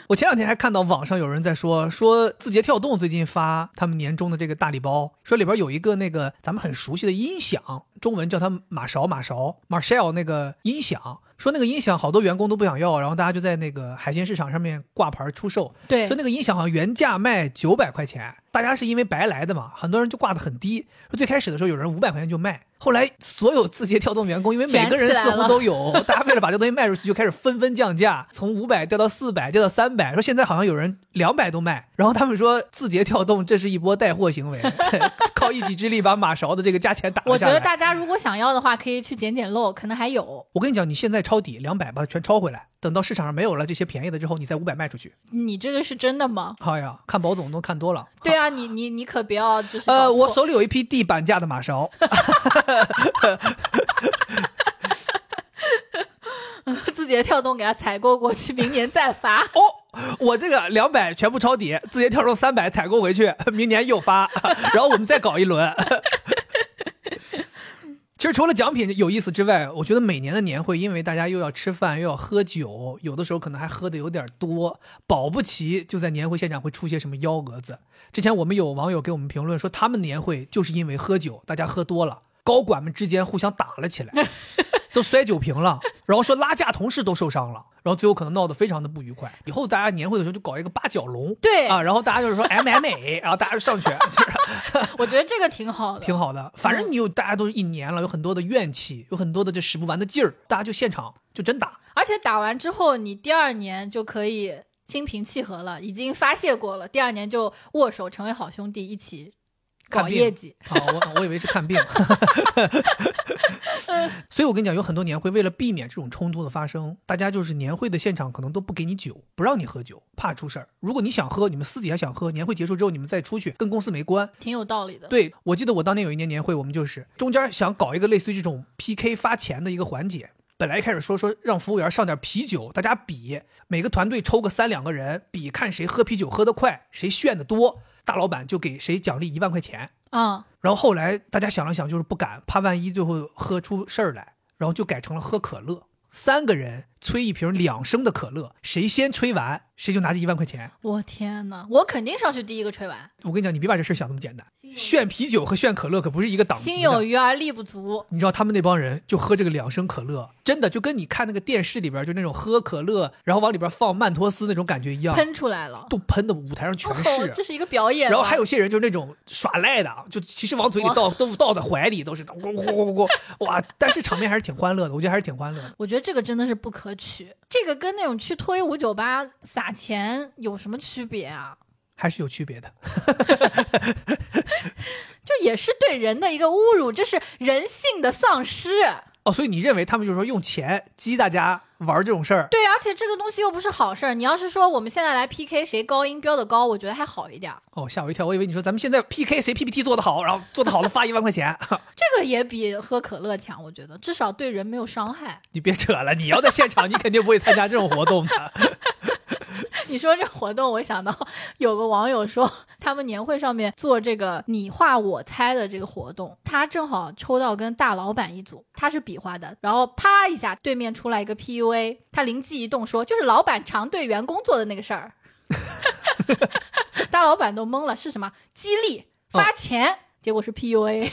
Speaker 1: 我前两天还看到网上有人在说，说字节跳动最近发他们年终的这个大礼包，说里边有一个那个咱们很熟悉的音响，中文叫它马勺马勺 Marshall 那个音响，说那个音响好多员工都不想要，然后大家就在那个海鲜市场上面挂牌出售，
Speaker 2: 对
Speaker 1: 说那个音响好像原价卖九百块钱，大家是因为白来的嘛，很多人就挂的很低，说最开始的时候有人五百块钱就卖。后来，所有字节跳动员工，因为每个人
Speaker 2: 卷起来
Speaker 1: 似乎
Speaker 2: 了
Speaker 1: 都有，大家为了把这个东西卖出去，就开始纷纷降价，从五百掉到四百，掉到三百，说现在好像有人两百都卖。然后他们说，字节跳动这是一波带货行为， 靠一己之力把马勺的这个价钱打了
Speaker 2: 我觉
Speaker 1: 下来。
Speaker 2: 得大家如果想要的话，可以去捡捡漏，可能还有。
Speaker 1: 我跟你讲，你现在抄底两百，把它全抄回来，等到市场上没有了这些便宜的之后，你再五百卖出去。
Speaker 2: 你这个是真的吗？
Speaker 1: 哎呀，看宝总都看多了。
Speaker 2: 对啊，你你你可不要就是搞
Speaker 1: 呃，我
Speaker 2: 错
Speaker 1: 手里有一批地板价的马勺，
Speaker 2: 字节跳动给它采购过去，明年再 发。
Speaker 1: 哦，我这个两百全部抄底，字节跳动三百采购回去，明年又发， 然后我们再搞一轮。其实除了奖品有意思之外，我觉得每年的年会，因为大家又要吃饭又要喝酒，有的时候可能还喝的有点多，保不齐就在年会现场会出些什么幺蛾子。之前我们有网友给我们评论说，他们年会就是因为喝酒，大家喝多了，高管们之间互相打了起来，都摔酒瓶了，然后说拉架同事都受伤了，然后最后可能闹得非常的不愉快。以后大家年会的时候就搞一个八角笼，
Speaker 2: 对
Speaker 1: 啊，然后大家就是说 MMA，然后大家就上去， 就是
Speaker 2: 我觉得这个挺好的，
Speaker 1: 挺好的。反正你有大家都是一年了，有很多的怨气，有很多的这使不完的劲儿，大家就现场就真打。
Speaker 2: 而且打完之后，你第二年就可以心平气和了，已经发泄过了，第二年就握手成为好兄弟，一起搞
Speaker 1: 看病
Speaker 2: 业绩。
Speaker 1: 啊，我我以为是看病。 所以，我跟你讲，有很多年会为了避免这种冲突的发生，大家就是年会的现场可能都不给你酒，不让你喝酒，怕出事儿。如果你想喝，你们私底下想喝，年会结束之后你们再出去，跟公司没关。
Speaker 2: 挺有道理的，
Speaker 1: 对，我记得我当年有一年年会，我们就是中间想搞一个类似于这种 PK 发钱的一个环节。本来一开始说说让服务员上点啤酒，大家比每个团队抽个三两个人，比看谁喝啤酒喝得快，谁炫得多，大老板就给谁奖励一万块钱。
Speaker 2: 嗯，
Speaker 1: 然后后来大家想了想，就是不敢，怕万一最后喝出事儿来，然后就改成了喝可乐，三个人吹一瓶两升的可乐，谁先吹完谁就拿着一万块钱。
Speaker 2: 我天呐，我肯定上去第一个吹完，
Speaker 1: 我跟你讲，你别把这事儿想那么简单，炫啤酒和炫可乐可不是一个档
Speaker 2: 心
Speaker 1: 级
Speaker 2: 有
Speaker 1: 的。
Speaker 2: 余而力不足。
Speaker 1: 你知道他们那帮人就喝这个两升可乐，真的就跟你看那个电视里边就那种喝可乐，然后往里边放曼托斯那种感觉一样，
Speaker 2: 喷出来了，
Speaker 1: 都喷的舞台上全是。
Speaker 2: 哦，这是一个表演。
Speaker 1: 然后还有，些人就是那种耍赖的，就其实往嘴里倒，都倒在怀里，都是咕咕咕咕咕咕，哇！但是场面还是挺欢乐的，我觉得还是挺欢乐 的。
Speaker 2: 我觉得这个真的是不可取，这个跟那种去脱衣舞酒吧撒钱有什么区别啊？
Speaker 1: 还是有区别的，
Speaker 2: 就也是对人的一个侮辱，这是人性的丧失。
Speaker 1: 哦，所以你认为他们就是说用钱激大家玩这种事儿？
Speaker 2: 对，而且这个东西又不是好事儿。你要是说我们现在来 PK 谁高音标的高，我觉得还好一点儿。
Speaker 1: 哦，吓我一跳，我以为你说咱们现在 PK 谁 PPT 做得好，然后做得好了发一万块钱。
Speaker 2: 这个也比喝可乐强，我觉得至少对人没有伤害。
Speaker 1: 你别扯了，你要在现场，你肯定不会参加这种活动的。
Speaker 2: 你说这活动，我想到有个网友说，他们年会上面做这个你画我猜的这个活动，他正好抽到跟大老板一组，他是比划的，然后啪一下，对面出来一个 PUA，他灵机一动说，就是老板常对员工做的那个事儿， 大老板都懵了，是什么？激励发钱，结果是 PUA。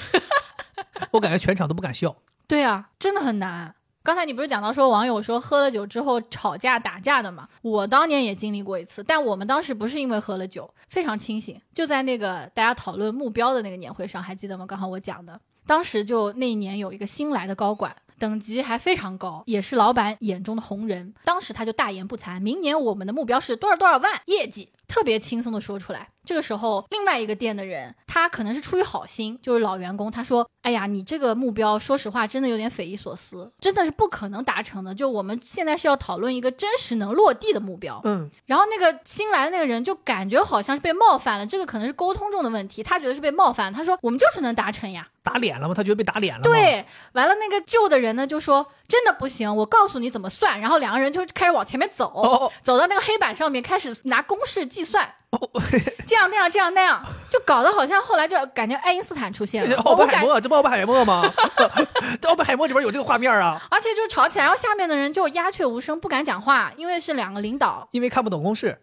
Speaker 1: 我感觉全场都不敢笑。
Speaker 2: 对啊，真的很难。刚才你不是讲到说网友说喝了酒之后吵架打架的嘛？我当年也经历过一次，但我们当时不是因为喝了酒，非常清醒，就在那个大家讨论目标的那个年会上，还记得吗？刚好我讲的，当时就那一年有一个新来的高管，等级还非常高，也是老板眼中的红人。当时他就大言不惭，明年我们的目标是多少多少万业绩，特别轻松的说出来。这个时候，另外一个店的人，他可能是出于好心，就是老员工，他说：“哎呀，你这个目标，说实话，真的有点匪夷所思，真的是不可能达成的。就我们现在是要讨论一个真实能落地的目标。”
Speaker 1: 嗯，
Speaker 2: 然后那个新来的那个人就感觉好像是被冒犯了，这个可能是沟通中的问题，他觉得是被冒犯了，他说：“我们就是能达成呀。”
Speaker 1: 打脸了吗？他觉得被打脸了吗？，
Speaker 2: 对，完了那个旧的人呢就说真的不行，我告诉你怎么算，然后两个人就开始往前面走，
Speaker 1: 哦，
Speaker 2: 走到那个黑板上面开始拿公式计计算，这样那样这样那样，就搞得好像后来就感觉爱因斯坦出 现了，
Speaker 1: 奥
Speaker 2: 我
Speaker 1: 本
Speaker 2: 感
Speaker 1: 海默，这哦不奥本海默吗？ 这奥本海默里边有这个画面啊，
Speaker 2: 而且就吵起来，然后下面的人就鸦雀无声，不敢讲话，因为是两个领导，
Speaker 1: 因为看不懂公式。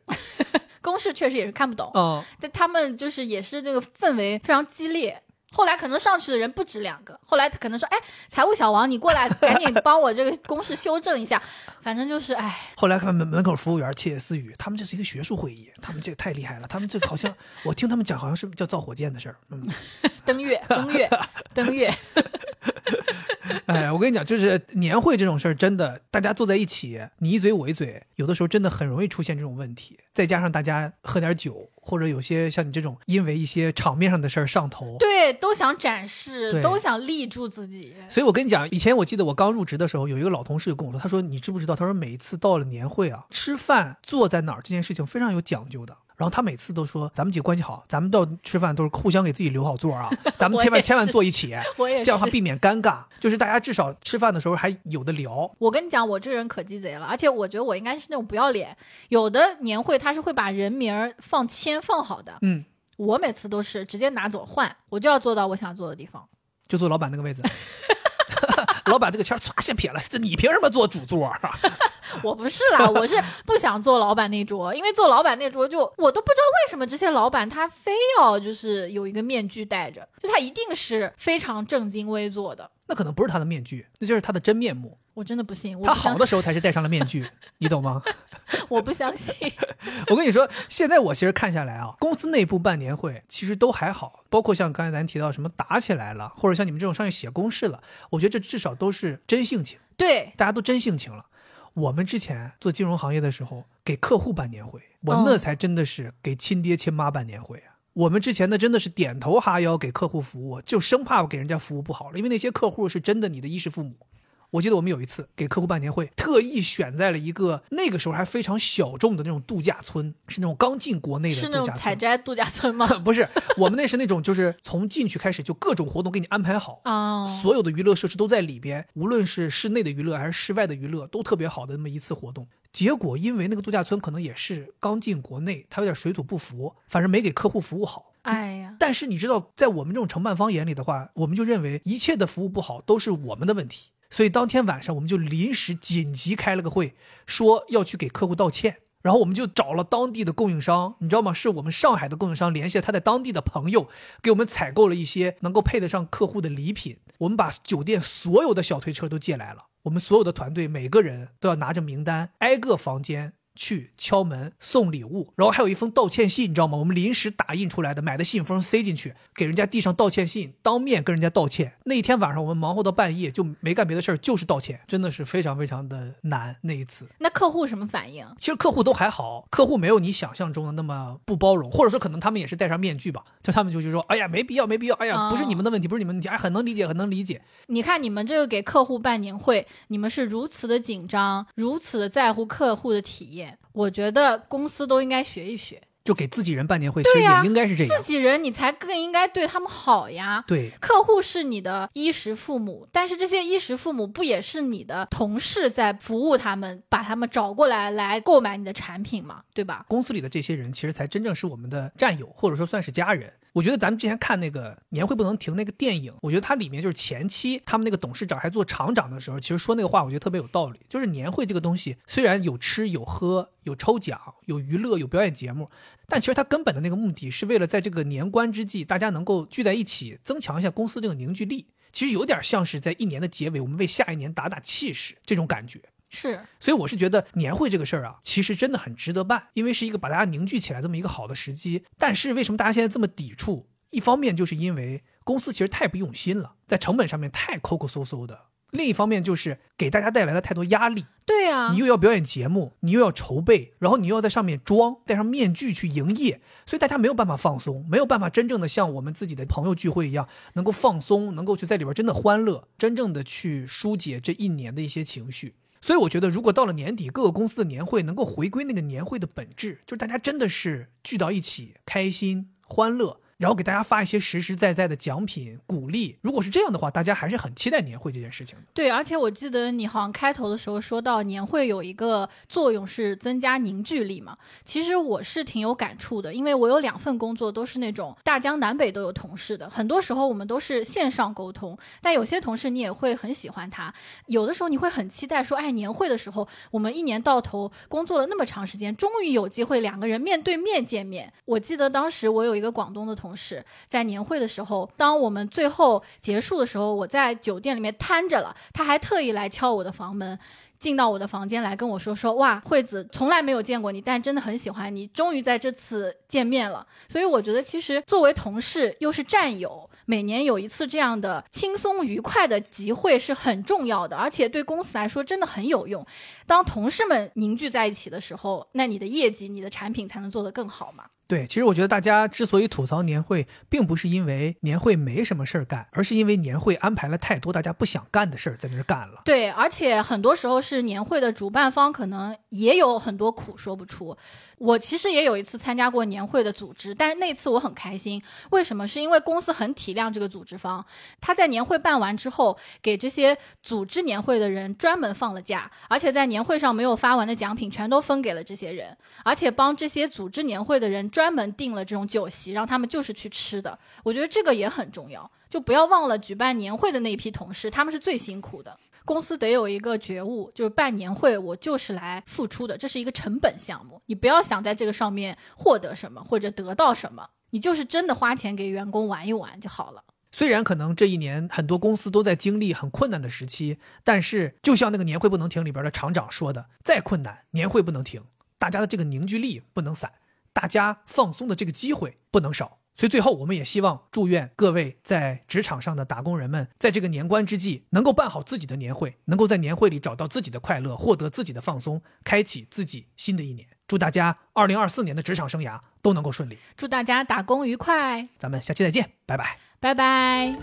Speaker 2: 公式确实也是看不懂，
Speaker 1: 嗯，
Speaker 2: 但他们就是也是这个氛围非常激烈。后来可能上去的人不止两个，后来可能说：“哎，财务小王，你过来，赶紧帮我这个公式修正一下。”反正就是，哎，
Speaker 1: 后来看门门口服务员窃窃私语，他们这是一个学术会议，他们这太厉害了，他们这好像我听他们讲好像是叫造火箭的事儿。嗯，
Speaker 2: 登月，登月，登月，
Speaker 1: 哎，我跟你讲，就是年会这种事儿，真的大家坐在一起，你一嘴我一嘴，有的时候真的很容易出现这种问题。再加上大家喝点酒，或者有些像你这种因为一些场面上的事儿上头，
Speaker 2: 对，都想展示，
Speaker 1: 对
Speaker 2: 都想立住自己。
Speaker 1: 所以我跟你讲，以前我记得我刚入职的时候，有一个老同事就跟我说，他说你知不知道？他说每一次到了年会啊，吃饭坐在哪儿这件事情非常有讲究的。然后他每次都说，咱们几个关系好，咱们到吃饭都是互相给自己留好座 啊，咱们千
Speaker 2: 我也
Speaker 1: 万
Speaker 2: 是
Speaker 1: 千万坐一起，
Speaker 2: 我也
Speaker 1: 这
Speaker 2: 是，
Speaker 1: 样的话避免尴尬。就是大家至少吃饭的时候还有的聊。
Speaker 2: 我跟你讲，我这个人可鸡贼了，而且我觉得我应该是那种不要脸。有的年会他是会把人名儿放签放好的，
Speaker 1: 嗯，
Speaker 2: 我每次都是直接拿走换，我就要坐到我想坐的地方。
Speaker 1: 就坐老板那个 位置。 老板这个签儿唰先撇了，这你凭什么坐主座啊？
Speaker 2: 我不是啦，我是不想坐老板那桌，因为坐老板那桌就我都不知道为什么这些老板他非要就是有一个面具戴着，就他一定是非常正襟危坐的。
Speaker 1: 那可能不是他的面具，那就是他的真面目。
Speaker 2: 我真的不信，我
Speaker 1: 他
Speaker 2: 不相
Speaker 1: 好的时候才是戴上了面具，你懂吗？
Speaker 2: 我不相 信。
Speaker 1: 我跟你说，现在我其实看下来啊，公司内部办年会其实都还好，包括像刚才咱提到什么打起来了，或者像你们这种上去写公式了，我觉得这至少都是真性情，
Speaker 2: 对，
Speaker 1: 大家都真性情了。我们之前做金融行业的时候，给客户办年会，我那
Speaker 2: 嗯
Speaker 1: 才真的是给亲爹亲妈办年会啊。我们之前那真的是点头哈腰给客户服务，就生怕给人家服务不好了，因为那些客户是真的你的衣食父母。我记得我们有一次给客户办年会，特意选在了一个那个时候还非常小众的那种度假村，是那种刚进国内的
Speaker 2: 是那
Speaker 1: 度
Speaker 2: 种
Speaker 1: 假
Speaker 2: 采
Speaker 1: 村。
Speaker 2: 摘度假 村吗？
Speaker 1: 不是，我们那是那种就是从进去开始就各种活动给你安排好，
Speaker 2: 哦，
Speaker 1: 所有的娱乐设施都在里边，无论是室内的娱乐还是室外的娱乐，都特别好的那么一次活动。结果因为那个度假村可能也是刚进国内，它有点水土不服，反正没给客户服务好。
Speaker 2: 哎呀，
Speaker 1: 但是你知道，在我们这种承办方眼里的话，我们就认为一切的服务不好都是我们的问题。所以当天晚上我们就临时紧急开了个会，说要去给客户道歉。然后我们就找了当地的供应商，你知道吗？是我们上海的供应商联系了他在当地的朋友，给我们采购了一些能够配得上客户的礼品。我们把酒店所有的小推车都借来了，我们所有的团队每个人都要拿着名单，挨个房间去敲门送礼物，然后还有一封道歉信，你知道吗？我们临时打印出来的，买的信封塞进去，给人家递上道歉信，当面跟人家道歉。那一天晚上我们忙活到半夜，就没干别的事儿，就是道歉，真的是非常非常的难那一次。
Speaker 2: 那客户什么反应？
Speaker 1: 其实客户都还好，客户没有你想象中的那么不包容，或者说可能他们也是戴上面具吧，就他们就就说，哎呀，没必要，没必要，哎呀，
Speaker 2: 哦
Speaker 1: 不是你们的问题，不是你们的问题，哎，很能理解，很能理解。
Speaker 2: 你看你们这个给客户办年会，你们是如此的紧张，如此的在乎客户的体验。我觉得公司都应该学一学，
Speaker 1: 就给自己人办年会，其实
Speaker 2: 对呀
Speaker 1: 也应该是这
Speaker 2: 自
Speaker 1: 样。
Speaker 2: 己人你才更应该对他们好呀。
Speaker 1: 对，
Speaker 2: 客户是你的衣食父母，但是这些衣食父母不也是你的同事在服务他们，把他们找过来来购买你的产品嘛，对吧？
Speaker 1: 公司里的这些人，其实才真正是我们的战友，或者说算是家人。我觉得咱们之前看那个年会不能停那个电影，我觉得它里面就是前期他们那个董事长还做厂长的时候，其实说那个话，我觉得特别有道理。就是年会这个东西，虽然有吃有喝有抽奖有娱乐有表演节目，但其实它根本的那个目的是为了在这个年关之际，大家能够聚在一起，增强一下公司这个凝聚力。其实有点像是在一年的结尾，我们为下一年打打气势这种感觉。
Speaker 2: 是，
Speaker 1: 所以我是觉得年会这个事儿啊，其实真的很值得办，因为是一个把大家凝聚起来这么一个好的时机。但是为什么大家现在这么抵触？一方面就是因为公司其实太不用心了，在成本上面太抠抠搜搜的；另一方面就是给大家带来了太多压力，
Speaker 2: 对啊
Speaker 1: 你，又要表演节目，你又要筹备，然后你又要在上面装，戴上面具去营业，所以大家没有办法放松，没有办法真正的像我们自己的朋友聚会一样，能够放松，能够去在里边真的欢乐，真正的去疏解这一年的一些情绪。所以我觉得，如果到了年底，各个公司的年会能够回归那个年会的本质，就是大家真的是聚到一起，开心欢乐。然后给大家发一些实实在在的奖品鼓励。如果是这样的话，大家还是很期待年会这件事情的。
Speaker 2: 对，而且我记得你好像开头的时候说到年会有一个作用是增加凝聚力嘛，其实我是挺有感触的，因为我有两份工作都是那种大江南北都有同事的，很多时候我们都是线上沟通，但有些同事你也会很喜欢他，有的时候你会很期待说，哎，年会的时候我们一年到头工作了那么长时间，终于有机会两个人面对面见面。我记得当时我有一个广东的同事，在年会的时候，当我们最后结束的时候，我在酒店里面瘫着了，他还特意来敲我的房门。进到我的房间来跟我说说，哇，惠子从来没有见过你，但真的很喜欢你，终于在这次见面了。所以我觉得，其实作为同事又是战友，每年有一次这样的轻松愉快的集会是很重要的，而且对公司来说真的很有用。当同事们凝聚在一起的时候，那你的业绩、你的产品才能做得更好嘛。
Speaker 1: 对，其实我觉得大家之所以吐槽年会，并不是因为年会没什么事儿干，而是因为年会安排了太多大家不想干的事儿在那儿干了。
Speaker 2: 对，而且很多时候是年会的主办方可能也有很多苦说不出。我其实也有一次参加过年会的组织，但是那次我很开心，为什么？是因为公司很体谅这个组织方，他在年会办完之后，给这些组织年会的人专门放了假，而且在年会上没有发完的奖品全都分给了这些人，而且帮这些组织年会的人专门订了这种酒席，让他们就是去吃的。我觉得这个也很重要，就不要忘了举办年会的那一批同事，他们是最辛苦的。公司得有一个觉悟，就是办年会，我就是来付出的，这是一个成本项目。你不要想在这个上面获得什么或者得到什么，你就是真的花钱给员工玩一玩就好了。
Speaker 1: 虽然可能这一年很多公司都在经历很困难的时期，但是就像那个年会不能停里边的厂长说的，再困难年会不能停，大家的这个凝聚力不能散，大家放松的这个机会不能少。所以最后，我们也希望祝愿各位在职场上的打工人们，在这个年关之际，能够办好自己的年会，能够在年会里找到自己的快乐，获得自己的放松，开启自己新的一年。祝大家二零二四年的职场生涯都能够顺利。
Speaker 2: 祝大家打工愉快，
Speaker 1: 咱们下期再见，拜拜。
Speaker 2: 拜拜。